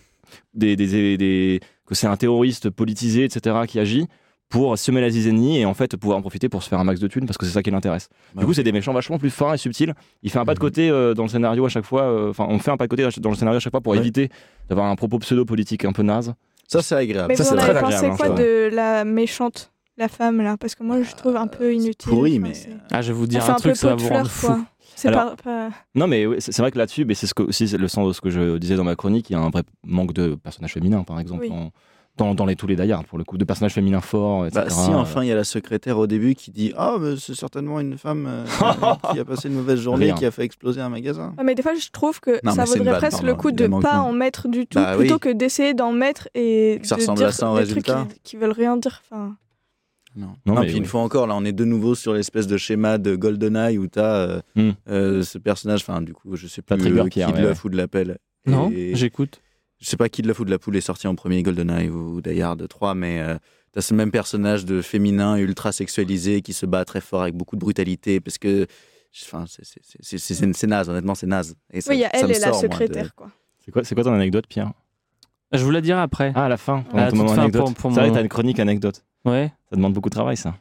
des, des- des- des- que c'est un terroriste politisé etc qui agit pour semer la zizanie et en fait pouvoir en profiter pour se faire un max de thunes parce que c'est ça qui l'intéresse.
Bah
du coup
oui.
c'est des méchants vachement plus fins et subtils. Il fait un pas de côté euh, dans le scénario à chaque fois. euh, Enfin on fait un pas de côté dans le scénario à chaque fois pour
Ouais.
éviter d'avoir un propos pseudo politique un peu naze.
Ça c'est agréable.
Mais
Ça,
vous
c'est
en
très
avez pensé
agréable, hein,
quoi
ça.
de la méchante, la femme, là Parce que moi, je trouve un peu inutile.
pourri,
Enfin,
mais-
c'est-
Ah, je vais vous dire
Enfin,
un truc,
peu
ça va
pot
vous
de
rendre
fleurs,
fou.
quoi. C'est
Alors-
pas- pas-
Non mais oui, c'est c'est vrai que là-dessus mais c'est ce que aussi c'est le sens de ce que je disais dans ma chronique il y a un vrai manque de personnages féminins par exemple
Oui.
en- dans, dans les tous les d'ailleurs pour le coup de personnages féminins forts etc.
Bah, si enfin il y a la secrétaire au début qui dit ah mais c'est certainement une femme euh, qui a passé une mauvaise journée
Rien.
qui a fait exploser un magasin.
Ah, mais des fois, je trouve que
Non,
ça
mais c'est une
vaudrait
vanne,
presque
pardon,
le coup de
évidemment que
pas
non.
en mettre du tout,
Bah oui.
plutôt que d'essayer d'en mettre et
Que ça
de
ressemble
dire
à ça en
des
résultat.
trucs qui, qui veulent rien dire. Enfin,
Non.
Non,
Non,
mais
puis
oui.
une fois encore, là, on est de nouveau sur l'espèce de schéma de GoldenEye où t'as euh,
Hmm.
euh, ce personnage, enfin, du coup, je sais plus
Patrick
euh, qui
Burkier,
de
ouais,
l'œuf ou de la pelle.
Non,
Et
j'écoute.
Je sais pas qui de l'œuf ou de la poule est sorti en premier, GoldenEye ou Die Hard 3, mais euh, t'as ce même personnage de féminin ultra sexualisé qui se bat très fort avec beaucoup de brutalité parce que. Enfin, c'est- c'est- c'est- c'est c'est- c'est naze, honnêtement, c'est naze. Et ça-
oui, il y a
ça
elle
me
et la
sort, moi, de-
secrétaire, quoi.
c'est quoi c'est quoi ton anecdote Pierre
Je vous la dirai après.
Ah, à la fin, pendant
Ah,
ton
toute
moment
fin,
anecdote.
pour- pour
C'est vrai
mon-
que t'as une chronique anecdote.
Ouais.
Ça demande beaucoup de travail, ça.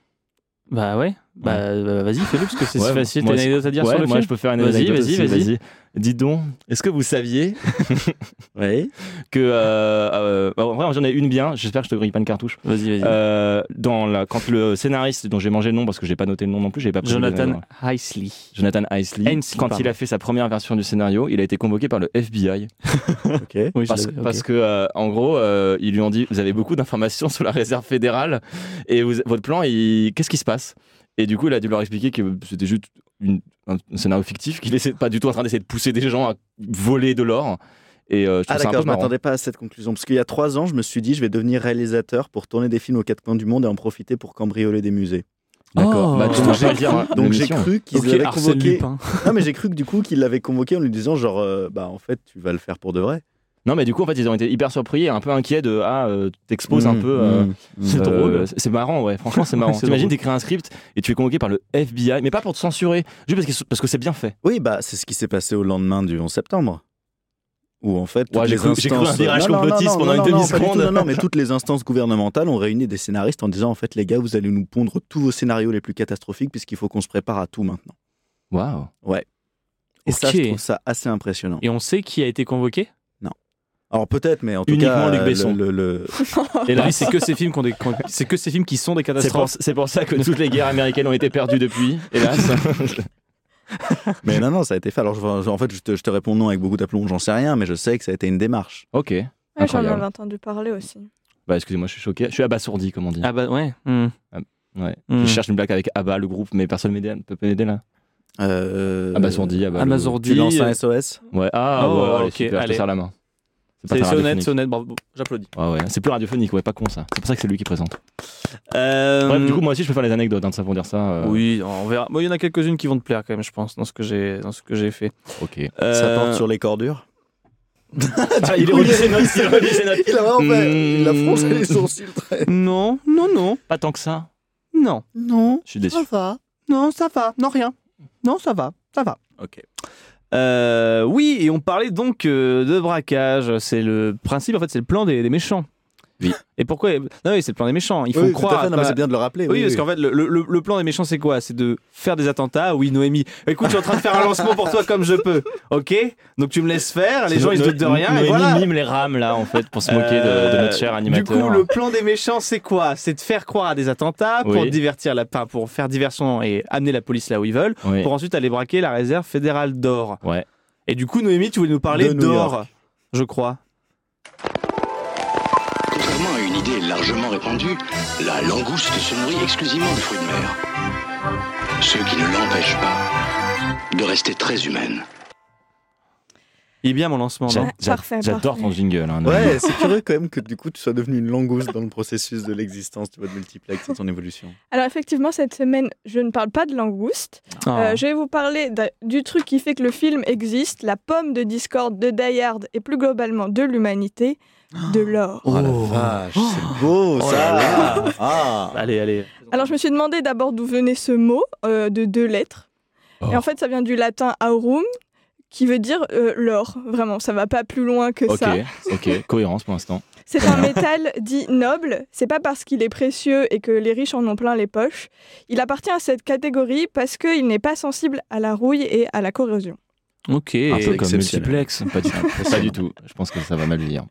Bah ouais. Bah euh, vas-y, fais-le parce que c'est
Ouais,
si facile. T'as
moi,
une anecdote à dire
ouais,
sur le
moi,
film
je peux faire une
Vas-y,
anecdote.
vas-y,
aussi,
vas-y.
Dis donc, est-ce que vous saviez
Oui.
que. euh, euh, en vrai, j'en ai une bien. J'espère que je te grille pas une cartouche.
Vas-y, vas-y.
Euh, dans la, quand le scénariste, dont j'ai mangé le nom parce que j'ai pas noté le nom non plus, j'ai pas pris le nom.
Euh, Jonathan Heisley.
Jonathan Isley,
Ainsley,
quand
pardon.
il a fait sa première version du scénario, il a été convoqué par le FBI
Ok.
Oui, je
parce,
l'avais, ok.
parce que euh, en gros euh, ils lui ont dit vous avez beaucoup d'informations sur la réserve fédérale et vous- votre plan il- qu'est-ce qui se passe et du coup il a dû leur expliquer que c'était juste une- un, un scénario fictif qu'il n'était pas du tout en train d'essayer de pousser des gens à voler de l'or et euh, je trouve
Ah
ça un
d'accord,
peu
je
marrant.
m'attendais pas à cette conclusion parce qu'il y a trois ans, je me suis dit, je vais devenir réalisateur pour tourner des films aux quatre coins du monde et en profiter pour cambrioler des musées.
d'accord
Oh.
bah, tu
Donc
vas
j'ai-
pas le dire hein,
Donc j'ai
l'émission.
cru qu'ils
Ok,
l'avaient
Arsène
convoqué.
Lupin.
Non mais j'ai cru que du coup qu'ils l'avaient convoqué en lui disant genre, euh, bah en fait tu vas le faire pour de vrai.
non mais du coup en fait ils ont été hyper surpris et un peu inquiets de ah euh, t'exposes un
Mmh,
peu euh,
mmh, mmh.
C'est drôle.
C'est marrant, ouais. Franchement, c'est marrant.
C'est
T'imagines,
drôle.
t'écris un script et tu es convoqué par le FBI, mais pas pour te censurer, juste parce que- parce que c'est bien fait.
Oui bah c'est ce qui s'est passé au lendemain du 11 septembre. Où en fait, toutes
Ouais, j'ai
les
cru- j'ai cru un
instances-
virage
Non, non, non,
complotiste
non,
pendant
non,
une
non, pas du tout,
demi-seconde.
Non, non, mais toutes les instances gouvernementales ont réuni des scénaristes en disant en fait, les gars, vous allez nous pondre tous vos scénarios les plus catastrophiques puisqu'il faut qu'on se prépare à tout maintenant.
Waouh.
Et ça,
Ok.
je trouve ça assez impressionnant.
Et on sait qui a été convoqué
Alors peut-être, mais en tout
Uniquement
cas,
Luc
euh,
Besson.
le- le- le-
Et là, c'est que ces films qui ont des- qui ont- c'est que ces films qui sont des
C'est pour,
catastrophes.
c'est pour ça que toutes les guerres américaines ont été perdues depuis, hélas.
mais non, non, ça a été fait. Alors je- en fait, je te, je te réponds non avec beaucoup d'aplomb, j'en sais rien, mais je sais que ça a été une démarche.
ok.
Ouais, J'en
Incroyable.
avais entendu parler aussi.
Bah, excusez-moi, je suis choqué. Je suis abasourdi, comme on dit.
Ah bah ouais. hmm.
Ouais.
Mm.
Je cherche une blague avec Abba, le groupe, mais personne m'aide- peut pas m'aider là. Ah,
Euh,
Abasourdi, Abba. le-
Abasourdi.
Tu
euh,
lances un SOS
Ouais, ah,
Oh,
ouais, allez,
ok,
super, je te
allez.
serre la main. pas
C'est
très
c'est honnête,
radiophonique.
c'est honnête, bravo, j'applaudis.
Ouais, ouais. C'est plus radiophonique, ouais, pas con ça. C'est pour ça que c'est lui qui présente.
Euh,
Bref, du coup, moi aussi, je peux faire les anecdotes, hein, de ça pour dire ça. euh,
Oui, on verra. Bon, Il y en a quelques-unes qui vont te plaire quand même, je pense, dans ce que j'ai, dans ce que j'ai fait.
Ok.
Ça
Euh, ah,
porte sur les cordures
il
coup,
relit ses notes, il relit ses notes.
Il a vraiment
fait- il a froncé les
sourcils très.
Non, non, non,
Pas tant que ça.
non, non,
Je suis déçu.
va, non, ça va, non rien, non, ça va, ça va.
Ok.
Euh, oui, et on parlait donc euh, de braquage. C'est le principe, en fait, c'est le plan des, des méchants.
Oui.
Et pourquoi Non, oui, c'est le plan des méchants. Il faut
oui,
croire.
Tout à fait, non, mais
bah,
c'est bien de le rappeler.
Oui, parce qu'en fait, le, le- le plan des méchants, c'est quoi C'est de faire des attentats. Oui, Noémie. Écoute, je suis en train de faire un lancement pour toi comme je peux. Ok Donc tu me laisses faire. Les gens, ils se doutent de rien. et
Noémie
voilà.
mime les rames là, en fait, pour se moquer de, de notre cher
Euh,
animateur.
Du coup, le plan des méchants, c'est quoi C'est de faire croire à des attentats pour
Oui.
divertir la, enfin, pour faire diversion et amener la police là où ils veulent,
Oui.
pour ensuite aller braquer la réserve fédérale d'or.
Ouais.
Et du coup, Noémie, tu voulais nous parler
De New
d'or, je crois.
Contrairement à une idée largement répandue, la langouste se nourrit exclusivement de fruits de mer. Ce qui ne l'empêche pas de rester très humaine.
Il est bien mon lancement.
J'a-
non
j'a-
Parfait,
J'adore
parfait.
ton jingle. hein, Noémie.
Ouais, c'est curieux quand même que du coup tu sois devenu une langouste dans le processus de l'existence, tu vois, de multiplex et ton évolution.
Alors effectivement, cette semaine, je ne parle pas de langouste.
Ah.
Euh, je vais vous parler d'un- du truc qui fait que le film existe, la pomme de discorde de Dayard et plus globalement de l'humanité, de l'or.
Oh, la vache, c'est beau ça Ah
Allez, allez.
Alors je me suis demandé d'abord d'où venait ce mot euh, de deux lettres. Et en fait, ça vient du latin aurum, qui veut dire euh, l'or. Vraiment, ça va pas plus loin que
Ok,
ça.
ok, cohérence pour l'instant.
C'est un métal dit noble. C'est pas parce qu'il est précieux et que les riches en ont plein les poches. Il appartient à cette catégorie parce qu'il n'est pas sensible à la rouille et à la corrosion.
Ok.
Un peu
Et
comme
exceptionnel.
multiplex. Pas du tout. pas du tout. Je pense que ça va mal lire.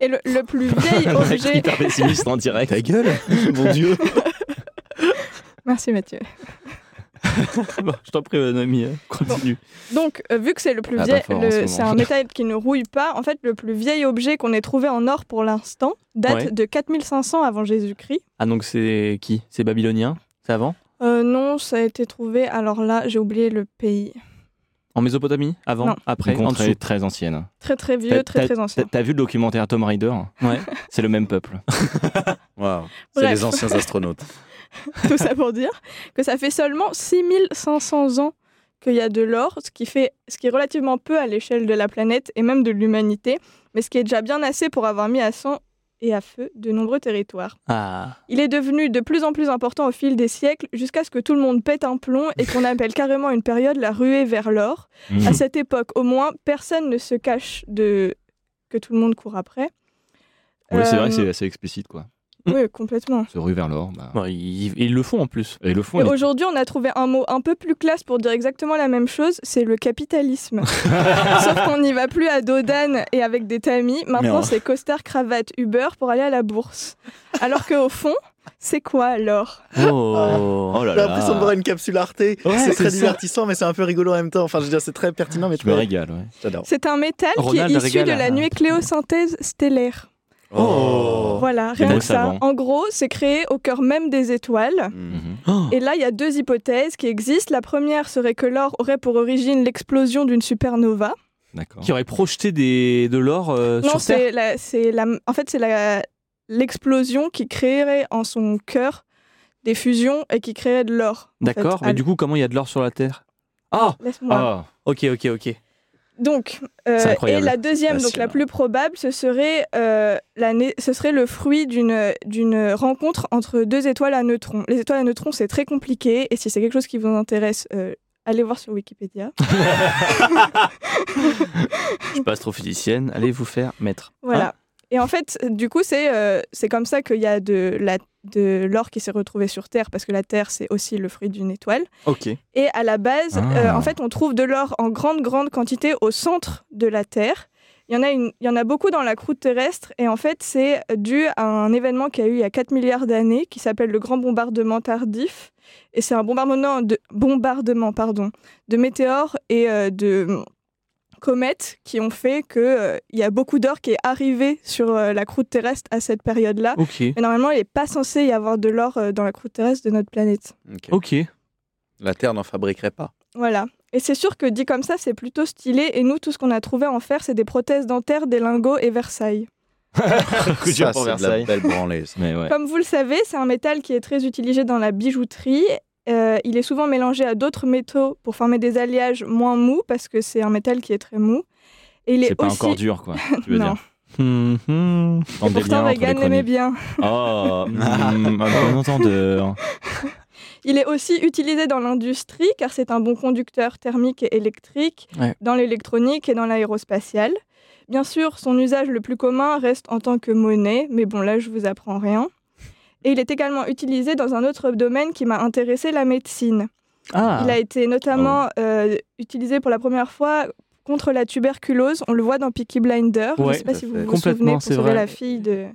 Et le, le plus vieil
Le mec
objet.
hyper pessimiste en direct.
Ta gueule Mon dieu
Merci Mathieu.
Bon, je t'en prie, Noémie, euh, continue.
Donc, euh, vu que c'est le plus
Ah,
vieil,
pas fort en
le-
ce moment.
c'est un métal qui ne rouille pas. En fait, le plus vieil objet qu'on ait trouvé en or pour l'instant date
Ouais.
de 4500 avant Jésus-Christ.
Ah, donc c'est qui C'est babylonien C'est avant
Euh, non, ça a été trouvé. Alors là, j'ai oublié le pays.
En Mésopotamie Avant
Non.
Après
Une
En
contrée
dessous
très ancienne.
Très très vieux, très très ancien.
T'as- T'as vu le documentaire Tom Raider
Ouais.
C'est le même peuple.
Waouh, c'est
Bref.
les anciens astronautes.
Tout ça pour dire que ça fait seulement 6500 ans qu'il y a de l'or, ce qui, fait, ce qui est relativement peu à l'échelle de la planète et même de l'humanité, mais ce qui est déjà bien assez pour avoir mis à sang et à feu de nombreux territoires.
Ah.
Il est devenu de plus en plus important au fil des siècles jusqu'à ce que tout le monde pète un plomb et qu'on appelle carrément une période la ruée vers l'or.
Mhm.
À cette époque, au moins, personne ne se cache de que tout le monde court après.
Oui, c'est vrai
Euh,
que c'est assez explicite, quoi.
Oui, complètement.
Se rue vers l'or. bah.
Bon, ils, ils le font en plus.
Et le fond,
Et
il est-
Aujourd'hui, on a trouvé un mot un peu plus classe pour dire exactement la même chose, c'est le capitalisme. Sauf qu'on n'y va plus à dos d'âne et avec des tamis,
Non.
maintenant c'est costard, cravate, Uber pour aller à la bourse. Alors qu'au fond, c'est quoi l'or
Oh.
Oh là
J'ai
là.
l'impression de voir une capsule Arte. c'est très divertissant, mais c'est un peu rigolo en même temps. Enfin, je veux dire, c'est très pertinent, mais
Je me régale, ouais.
J'adore.
C'est un métal
Ronald
qui est issu
régale,
de la
hein.
nucléosynthèse stellaire.
Oh,
Voilà,
Des
rien
mots
que ça.
savants.
En gros, c'est créé au cœur même des étoiles.
Mhm.
Mhm.
Oh.
Et là, il y a deux hypothèses qui existent. La première serait que l'or aurait pour origine l'explosion d'une supernova.
D'accord.
Qui aurait projeté des, de l'or euh,
Non,
sur Terre
c'est la, c'est la, en fait, c'est la, l'explosion qui créerait en son cœur des fusions et qui créerait de l'or. en
D'accord,
fait.
mais
Ah,
du coup, comment il y a de l'or sur la Terre Ah
laisse-moi.
Ah,
Ok, ok, ok.
Donc, euh,
C'est incroyable.
et la deuxième, donc la
Passionnant.
plus probable, ce serait, euh, la né- ce serait le fruit d'une, d'une rencontre entre deux étoiles à neutrons. Les étoiles à neutrons, c'est très compliqué, et si c'est quelque chose qui vous intéresse, euh, allez voir sur Wikipédia.
Ah. Je suis pas astrophysicienne, allez vous faire mettre.
Voilà.
Hein
et en fait, du coup, c'est euh, c'est comme ça qu'il y a de, la, de l'or qui s'est retrouvé sur Terre, parce que la Terre, c'est aussi le fruit d'une étoile.
ok.
Et à la base,
Ah.
euh, en fait, on trouve de l'or en grande, grande quantité au centre de la Terre. Il y, en a une, il y en a beaucoup dans la croûte terrestre et en fait c'est dû à un événement qui a eu il y a 4 milliards d'années qui s'appelle le grand bombardement tardif et c'est un bombardement de, bombardement pardon, de météores et euh, de, comètes qui ont fait qu'il y a beaucoup d'or qui est arrivé sur euh, la croûte terrestre à cette période-là.
Ok,
Mais normalement, il n'est pas censé y avoir de l'or euh, dans la croûte terrestre de notre planète.
Ok.
ok.
La Terre n'en fabriquerait pas.
Voilà. Et c'est sûr que dit comme ça, c'est plutôt stylé. Et nous, tout ce qu'on a trouvé à en faire, c'est des prothèses dentaires, des lingots et Versailles.
Coup dur
Ça,
pour
c'est de
Versailles.
la belle branlée. ça.
Mais ouais.
Comme vous le savez, c'est un métal qui est très utilisé dans la bijouterie. Euh, il est souvent mélangé à d'autres métaux pour former des alliages moins mous parce que c'est un métal qui est très mou. Et il est,
C'est pas
aussi...
encore dur, quoi. Tu veux
Non.
dire.
Hum, hum.
Tente des liens
Pourtant,
entre les
Reagan l'aimait
chroniques.
bien.
Oh, hum, un bon entendeur.
Il est aussi utilisé dans l'industrie car c'est un bon conducteur thermique et électrique,
Ouais.
dans l'électronique et dans l'aérospatiale. Bien sûr, son usage le plus commun reste en tant que monnaie, mais bon là je vous apprends rien. Et il est également utilisé dans un autre domaine qui m'a intéressé, la médecine.
Ah, Oh.
Il a été notamment euh, utilisé pour la première fois contre la tuberculose. On le voit dans Peaky Blinder. je ne
Ouais,
sais pas
tout à
si vous
fait.
vous
Complètement,
souvenez, pour
c'est
sauver
vrai.
la fille de...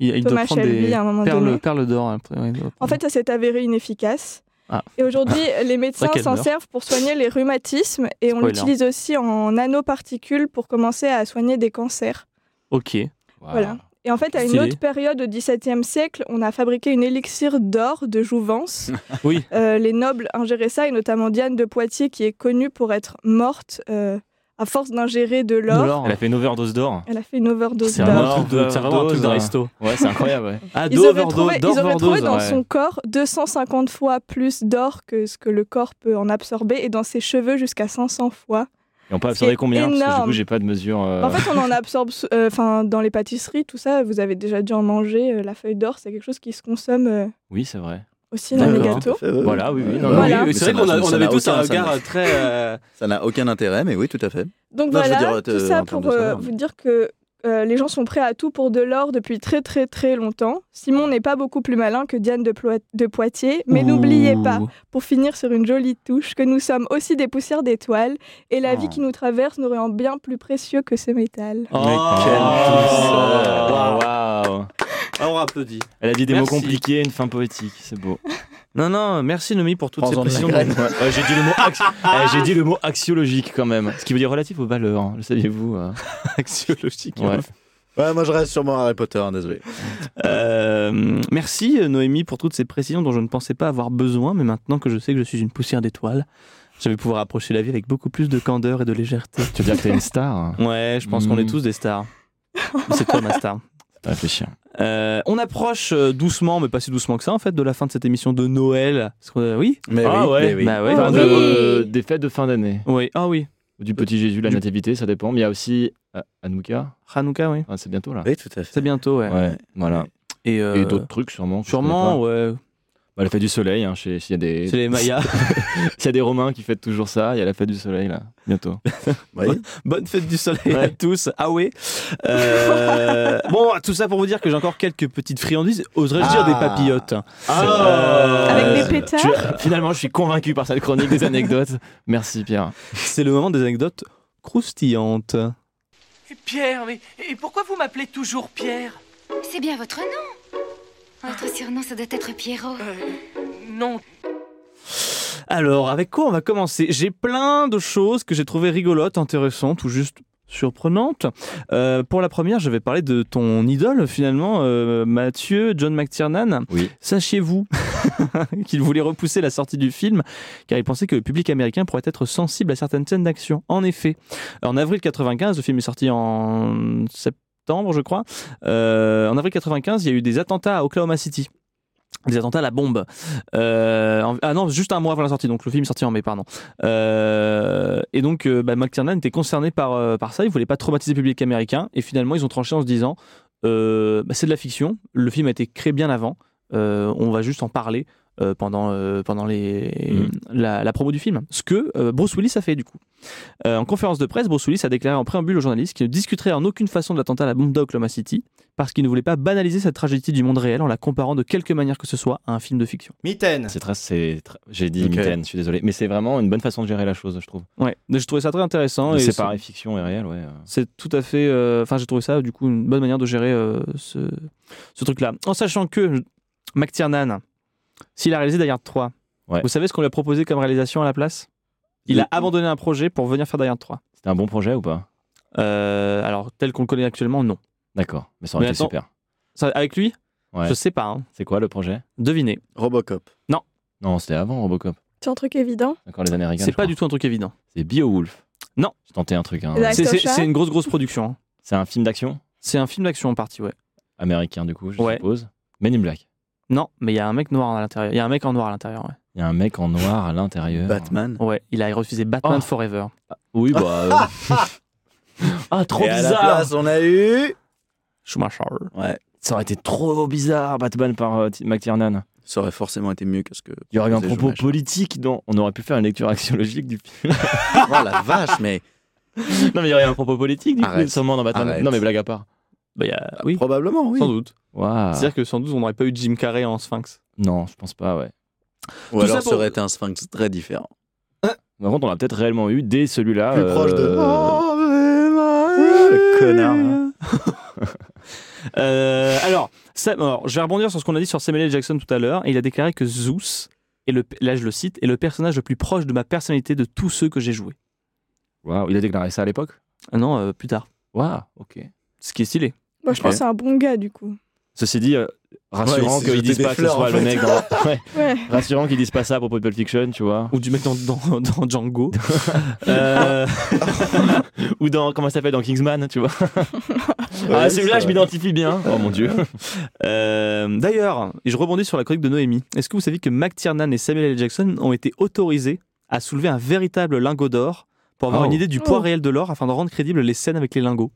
il, il doit
Thomas
prendre
Shelby,
des
à un moment donné.
perles, perles d'or. hein, après, ouais, il doit
En
prendre.
fait, ça s'est avéré inefficace.
Ah.
Et aujourd'hui, les médecins
qu'elle
s'en
meurt.
servent pour soigner les rhumatismes et on
Spoiler.
l'utilise aussi en nanoparticules pour commencer à soigner des cancers.
Ok.
Wow.
Voilà. Et en fait, à une
Stylé.
autre période au XVIIe siècle, on a fabriqué une élixir d'or de jouvence.
Oui.
Euh, les nobles ingéraient ça, et notamment Diane de Poitiers, qui est connue pour être morte euh, à force d'ingérer de
De
l'or.
l'or.
Elle a fait une overdose d'or.
Elle a fait une overdose
C'est vraiment
d'or.
un
D'or.
truc de- c'est vraiment un truc
Overdose.
d'aristo.
Ouais, c'est incroyable. Ouais.
Ah,
Ils auraient
d'overdose,
trouvé, ils auraient trouvé
d'overdose,
dans
ouais.
son corps 250 fois plus d'or que ce que le corps peut en absorber et dans ses cheveux jusqu'à 500 fois.
Et on peut
C'est
absorber combien Parce que du
énorme.
coup, j'ai pas de mesure. euh,
En fait, on en absorbe euh, enfin dans les pâtisseries, tout ça. Vous avez déjà dû en manger. euh, la feuille d'or, c'est quelque chose qui se consomme euh,
Oui, c'est vrai.
aussi dans les
D'accord.
gâteaux.
Tout à fait, ouais.
Voilà, oui, oui,
Oui,
non,
Ouais,
Voilà.
oui,
mais
c'est
ça
vrai qu'on
n'a-
a- on
ça
avait
n'a
tous un
aucun- ça n'a-
regard euh, très. euh,
Ça n'a aucun intérêt, mais oui, tout à fait.
Donc
Non, je veux
voilà,
dire, euh,
tout ça
en termes
pour
de salaire,
euh,
mais-
vous dire que euh, les gens sont prêts à tout pour de l'or depuis très très très longtemps. Simon n'est pas beaucoup plus malin que Diane de, Ploi- de Poitiers, mais
ouh.
n'oubliez pas, pour finir sur une jolie touche, que nous sommes aussi des poussières d'étoiles et la
Ah.
vie qui nous traverse nous rend bien plus précieux que ce métal.
Oh,
Mais quelle douceur.
Waouh.
Oh, Waouh.
Ah, On applaudit.
Elle a dit des
Merci.
mots compliqués, une fin poétique, c'est beau.
Non, non, merci Nomi pour toutes ces
Prends-en de
précisions.
la graine.
Ouais, j'ai dit le mot ax- eh, j'ai dit le mot axiologique quand même, ce qui veut dire relatif aux valeurs, hein, le saviez-vous euh,
axiologiques.
ouais.
Ouais, moi je reste sur mon Harry Potter, hein, désolé.
Euh, merci euh, Noémie pour toutes ces précisions dont je ne pensais pas avoir besoin, mais maintenant que je sais que je suis une poussière d'étoiles, je vais pouvoir approcher la vie avec beaucoup plus de candeur et de légèreté.
Tu veux dire que t'es une star hein
Ouais, je pense qu'on
Mm.
est tous des stars. C'est toi ma star.
Réfléchir.
Euh, on approche euh, doucement, mais pas si doucement que ça en fait, de la fin de cette émission de Noël. Parce que, euh, oui,
Mais
Ah
oui,
ouais,
mais oui.
bah ouais.
Oh
Fin de-
oui.
euh, des fêtes de fin d'année,
Oui, ah oui,
du petit Jésus, la
Du-
nativité, ça dépend, mais il y a aussi euh, Hanouka,
Hanouka, oui.
Enfin, c'est bientôt là.
Oui, tout à fait.
C'est bientôt, ouais.
Ouais, voilà.
Et, euh,
Et d'autres trucs sûrement. que je connais
Sûrement,
pas.
ouais.
Bah, la fête du soleil, hein, chez- s'il y a des
C'est les Mayas.
s'il y a des Romains qui fêtent toujours ça, il y a la fête du soleil là, bientôt.
Oui.
Bonne fête du soleil
Ouais.
à tous. Ah ouais. Euh, bon, tout ça pour vous dire que j'ai encore quelques petites friandises. Oserais-je dire des
Ah.
papillotes
Ah.
Avec
Euh,
des pétards,
Tu- finalement, je suis convaincu par cette chronique des anecdotes. Merci Pierre.
C'est le moment des anecdotes croustillantes.
Pierre, mais et pourquoi vous m'appelez toujours Pierre
C'est bien votre nom. Votre surnom, ça doit être Pierrot.
Non,
Alors, avec quoi on va commencer J'ai plein de choses que j'ai trouvées rigolotes, intéressantes ou juste surprenantes. Euh, pour la première, je vais parler de ton idole finalement, euh, Mathieu John McTiernan.
Oui.
Sachez-vous qu'il voulait repousser la sortie du film car il pensait que le public américain pourrait être sensible à certaines scènes d'action. En effet, en avril 95, le film est sorti en septembre, je crois. Euh, en avril 95, il y a eu des attentats à Oklahoma City. Des attentats à la bombe. Euh, en- ah non, juste un mois avant la sortie, donc le film est sorti en mai, pardon. Euh, et donc, euh, bah, McTiernan était concerné par, euh, par ça, il voulait pas traumatiser le public américain, et finalement, ils ont tranché en se disant euh, bah, c'est de la fiction, le film a été créé bien avant, euh, on va juste en parler euh, pendant, euh, pendant les, la, la promo du film. Ce que euh, Bruce Willis a fait, du coup. Euh, en conférence de presse, Bruce Willis a déclaré en préambule aux journalistes qu'il ne discuterait en aucune façon de l'attentat à la bombe d'Oklahoma City, parce qu'il ne voulait pas banaliser cette tragédie du monde réel en la comparant de quelque manière que ce soit à un film de fiction.
Mitaine.
C'est très, c'est très- j'ai dit
Ok.
mitaine, je suis désolé, mais c'est vraiment une bonne façon de gérer la chose, je trouve.
Ouais, mais j'ai trouvé ça très intéressant. et
c'est pareil, fiction et réel, ouais.
C'est tout à fait. euh, Enfin, j'ai trouvé ça, du coup, une bonne manière de gérer euh, ce, ce truc-là. En sachant que McTiernan, s'il a réalisé Die Hard 3,
Ouais.
vous savez ce qu'on lui a proposé comme réalisation à la place Il a abandonné un projet pour venir faire Die Hard 3.
C'était un bon projet ou pas
Euh, alors, tel qu'on le connaît actuellement, non.
D'accord, mais ça aurait
Mais
été
attends.
super.
Ça, avec lui
Ouais.
Je sais pas. hein.
C'est quoi le projet
Devinez.
Robocop.
Non, c'était avant Robocop.
C'est un truc évident.
D'accord, les Américains.
C'est
je
pas
crois.
du tout un truc évident.
C'est BioWolf.
Non.
Je tentais un truc. hein.
La- Black
C'est- C'est
Tosha
c'est une grosse, grosse production. hein.
C'est un film d'action
C'est un film d'action en partie, ouais.
américain, du coup, je
Ouais.
suppose. Men in Black.
Non, mais il y a un mec noir à l'intérieur. Il y a un mec en noir à l'intérieur, ouais.
Il y a un mec en noir à l'intérieur.
Batman.
Ouais, il a refusé Batman
Oh.
Forever.
Oui, bah. euh, ah, trop
Et à la
bizarre
place, on a eu.
Schumacher.
Ouais.
Ça aurait été trop bizarre, Batman par euh, T- McTiernan.
Ça aurait forcément été mieux que ce que.
Il y aurait eu un
C'est
propos
dommage.
politique dont on aurait pu faire une lecture axiologique du film.
oh la vache, mais
non, mais il y aurait eu un propos politique, du coup,
Arrête.
sûrement dans Batman.
Arrête.
Non, mais blague à part.
Bah, il y a... oui,
probablement, oui. Ah.
sans doute.
Waouh.
C'est-à-dire que sans doute, on n'aurait pas eu Jim Carrey en Sphinx.
Non, je pense pas, ouais.
Ou
Tout
alors
ça
ça
pour-
aurait été un sphinx très différent.
Par contre, on l'a peut-être réellement eu dès celui-là. euh,
Plus proche de- Ah.
Le
connard, hein.
Euh, alors, Sam- alors, je vais rebondir sur ce qu'on a dit sur Samuel L. Jackson tout à l'heure. Et Il a déclaré que Zeus, et le, là je le cite, est le personnage le plus proche de ma personnalité de tous ceux que j'ai joués.
Waouh, il a déclaré ça à l'époque
Ah non, euh, plus tard.
Waouh, ok.
Ce qui est stylé.
Moi, je
Ok.
pense que c'est un bon gars, du coup.
Ceci dit, euh, rassurant
Ouais, il s'est
qu'ils
jeté
disent
des
pas que ce
fleurs,
soit
en
le
fait.
mec dans... Ouais,
Ouais.
rassurant qu'ils disent pas ça à propos de Pulp Fiction, tu vois.
Ou du mec dans, dans, dans Django. Euh,
Ou dans, comment ça s'appelle, dans Kingsman, tu vois. ah, celui-là, je m'identifie bien. Oh mon dieu.
euh, D'ailleurs, et je rebondis sur la chronique de Noémie. Est-ce que vous savez que McTiernan et Samuel L. Jackson ont été autorisés à soulever un véritable lingot d'or pour avoir
Oh.
une idée du poids
Oh.
réel de l'or afin de rendre crédibles les scènes avec les lingots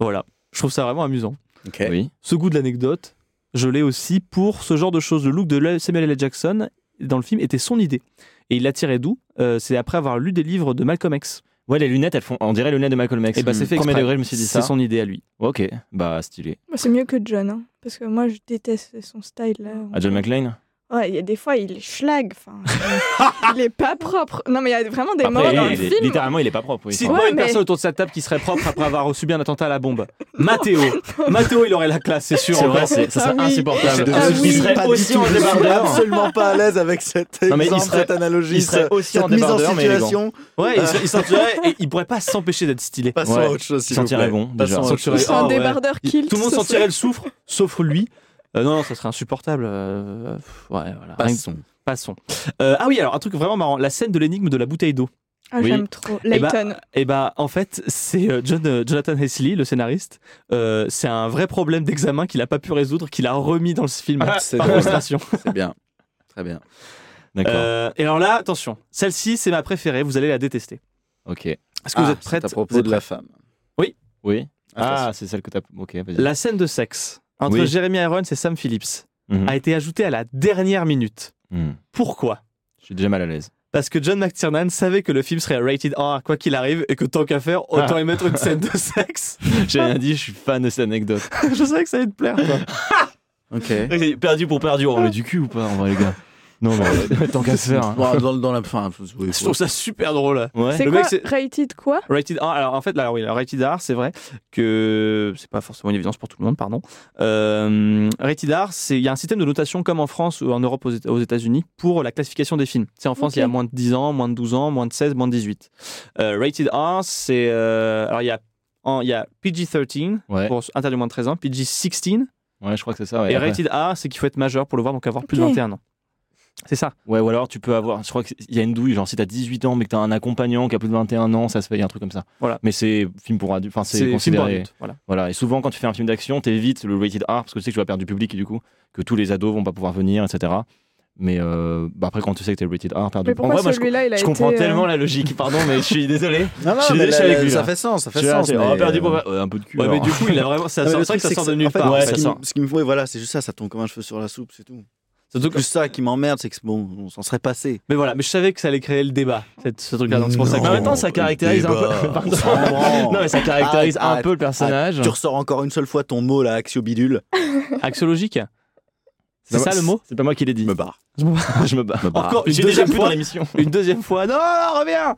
Voilà. Je trouve ça vraiment amusant.
Ok.
Oui.
Ce goût de l'anecdote, je l'ai aussi pour ce genre de choses. Le look de le- Samuel L. Jackson dans le film était son idée. Et il l'a tiré d'où Euh, C'est après avoir lu des livres de Malcolm X.
Ouais, les lunettes, elles font, on dirait les lunettes de Malcolm X.
Eh ben, c'est fait
Premier
exprès.
degré, je me suis dit ça.
C'est son idée à lui.
Ok, bah stylé.
Moi, C'est mieux que John, hein. parce que moi, je déteste son style. Là.
À John McClane
Ouais, il y a des fois, il est schlag. enfin, il est pas propre. Non, mais il y a vraiment des moments
Après,
dans
il
le
est-
film.
littéralement, il est pas propre. Oui.
Si
Ouais,
pas une
mais-
personne autour de sa table qui serait propre après avoir subi un attentat à la bombe. Mathéo. Mathéo, il aurait la classe, c'est sûr.
C'est
encore.
vrai, c'est- ça
Ah
serait
oui.
insupportable.
Ah oui.
Je
Il
suis
serait
pas du
aussi
tout-
en
je suis
débardeur.
absolument pas à l'aise avec cette,
Non, mais il
exemple,
serait-
cette analogie,
il serait
ce-
aussi
cette
en
mise en
débardeur, mais élégant.
situation.
Ouais, il, se- il sortirait et il pourrait pas s'empêcher d'être stylé.
Passons
Ouais.
à autre chose, s'il vous
Sentirait
plaît.
bon,
Passons
déjà.
à autre chose.
C'est un
Ah ouais.
débardeur
Il-
kilt.
Tout le monde
ce
s'en
serait-
tirait le soufre, sauf lui. Euh, non, non, ça serait insupportable. Euh, pff, ouais, voilà. Rien que-
Passons.
Passons. Euh, ah oui, alors un truc vraiment marrant, la scène de l'énigme de la bouteille d'eau.
Ah,
Oui.
j'aime trop.
Eh ben,
Layton.
Et bah en fait, c'est euh, John, euh, Jonathan Hesley, le scénariste. euh, c'est un vrai problème d'examen qu'il a pas pu résoudre, qu'il a remis dans ce film
Ah.
c'est
par
drôle.
frustration.
C'est bien. Très bien.
D'accord.
Euh, et alors là, attention, celle-ci c'est ma préférée, vous allez la détester.
Ok.
Est-ce que vous
Ah,
êtes prête
c'est À
Vous
propos
êtes
de la femme.
Oui.
Attention.
Ah, c'est celle que t'as. Ok, vas-y.
prête La scène de sexe entre
Oui.
Jeremy Irons et Sam Phillips
Mhm.
a été ajoutée à la dernière minute.
Mhm.
Pourquoi
Je suis déjà mal à l'aise.
parce que John McTiernan savait que le film serait rated R quoi qu'il arrive et que tant qu'à faire, autant
Ah.
y mettre une scène de sexe.
J'ai rien dit, je suis fan de cette anecdote.
Je savais que ça allait te plaire. quoi.
Ok.
Perdu pour perdu, on met du cul ou pas en vrai, les gars Non, mais tant qu'à se faire. hein.
Bon, dans, dans la fin, oui,
Je trouve ça super drôle.
Ouais.
C'est
le
quoi
mec, c'est- Ah,
Rated quoi
Rated R, alors en fait, là, oui, alors, Rated R, c'est vrai que c'est pas forcément une évidence pour tout le monde, pardon. Euh, rated R, c'est- il y a un système de notation comme en France ou en Europe aux, Éta- aux États-Unis pour la classification des films. C'est en France,
Ok.
il y a moins de 10 ans, moins de 12 ans, moins de 16, moins de 18. Euh, rated R, c'est. euh, alors il y a, en- il y a PG-13
Ouais.
pour interdit aux moins de 13 ans, PG-16
ouais, je crois que c'est ça.
et
Ouais. Après-
Rated R, c'est qu'il faut être majeur pour le voir, donc avoir plus de
Ok.
21 ans. C'est ça.
Ouais, ou alors tu peux avoir. Je crois qu'il y a une douille, genre si t'as 18 ans mais que t'as un accompagnant qui a plus de 21 ans, ça se fait, il y a un truc comme ça.
Voilà.
Mais c'est film pour adultes. Enfin, c'est
film pour
considéré.
adultes, Voilà.
Voilà. Et souvent, quand tu fais un film d'action, t'évites le rated R parce que tu sais que tu vas perdre du public et du coup, que tous les ados vont pas pouvoir venir, etc. Mais euh, bah après, quand tu sais que t'es rated R, t'as du
Mais
En vrai,
pourquoi
moi, je,
celui-là, il a
je
été.
comprends
euh,
tellement la logique, pardon, mais je suis désolé.
Non, non,
Je suis
mais
désolé, je suis
la-
avec lui,
ça
là.
fait sens, ça
Je
fait
suis là,
sens.
c'est- oh,
mais-
euh,
perdu pour. Ouais, un peu de cul.
Ouais, mais
alors.
du coup, il a vraiment. Ça,
Non, mais
sort-
le
c'est vrai
truc,
que ça
c'est
sort
que
de nulle
en fait,
part.
ouais,
en
ce
fait.
qui
ça
me- Ce qui me fait, voilà, c'est juste ça, ça tombe comme un cheveu sur la soupe, c'est tout.
Surtout que-
Plus ça qui m'emmerde, c'est que bon, on s'en serait passé.
Mais voilà, mais je savais que ça allait créer le débat, cette- ce truc-là. Donc c'est pour ça que.
Mais en même temps, ça caractérise un peu.
débat,
Pardon.
on s'en branle.
Non, mais ça caractérise
Arrête,
un peu le personnage.
Tu ressors encore une seule fois ton mot là, axiobidule.
Axiologique C'est
Non,
ça le mot
C'est pas moi qui l'ai dit.
Je me barre.
Je me bats.
Bah, Encore une
j'ai déjà
deuxième
plus
fois.
dans l'émission.
Une deuxième fois. Non, non, reviens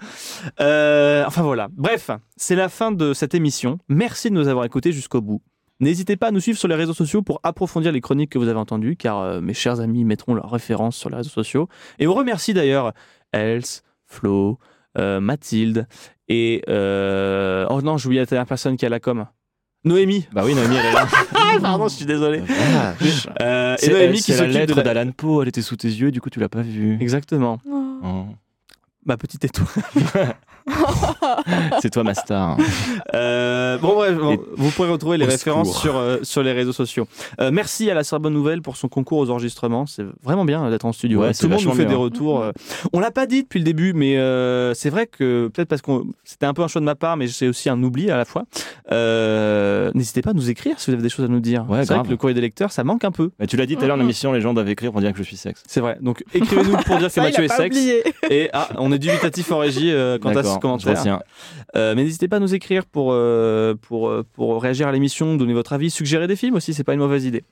Euh, Enfin voilà. Bref, c'est la fin de cette émission. Merci de nous avoir écoutés jusqu'au bout. N'hésitez pas à nous suivre sur les réseaux sociaux pour approfondir les chroniques que vous avez entendues, car euh, mes chers amis mettront leurs références sur les réseaux sociaux. Et on remercie d'ailleurs Else, Flo, euh, Mathilde Et. euh, Oh non, j'ai oublié la dernière personne qui a la com. Noémie.
Bah oui, Noémie, elle est là.
Ah, Pardon, je suis désolé. Euh, et
C'est
Noémie
elle,
qui
c'est la
s'occupe de
lettre
la...
d'Alan Poe, elle était sous tes yeux, du coup tu l'as pas vue.
Exactement.
Oh.
Oh.
Ma petite étoile.
C'est toi ma star.
Euh, bon bref, bon,
Et-
vous pourrez retrouver les
Au
références
secours.
sur, euh, sur les réseaux sociaux. Euh, merci à la Sorbonne Nouvelle pour son concours aux enregistrements. C'est vraiment bien euh, d'être en studio. hein.
Ouais,
Tout
c'est
le monde nous
vachement
fait
bien.
des retours. Euh, On l'a pas dit depuis le début, mais euh, c'est vrai que peut-être parce que c'était un peu un choix de ma part, mais c'est aussi un oubli à la fois. Euh, N'hésitez pas à nous écrire si vous avez des choses à nous dire.
Ouais,
c'est vrai
grave.
que le courrier des lecteurs, ça manque un peu.
Bah, tu l'as dit tout à l'heure dans l'émission, les gens doivent écrire pour dire que je suis sexe.
C'est vrai. Donc écrivez-nous pour dire que
Ça, il
Mathieu
a
est
pas
sexe.
oublié.
Et ah, on est dubitatif en régie euh, quant à ce
D'accord, je
commentaire.
retiens.
Euh, mais n'hésitez pas à nous écrire pour, euh, pour, euh, pour réagir à l'émission, donner votre avis, suggérer des films aussi, c'est pas une mauvaise idée.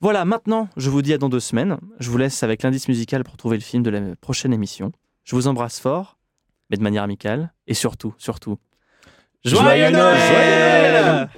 Voilà, maintenant, je vous dis à dans deux semaines. Je vous laisse avec l'indice musical pour trouver le film de la prochaine émission. Je vous embrasse fort, mais de manière amicale, et surtout, surtout.
Joyeux Noël
Joyeux Noël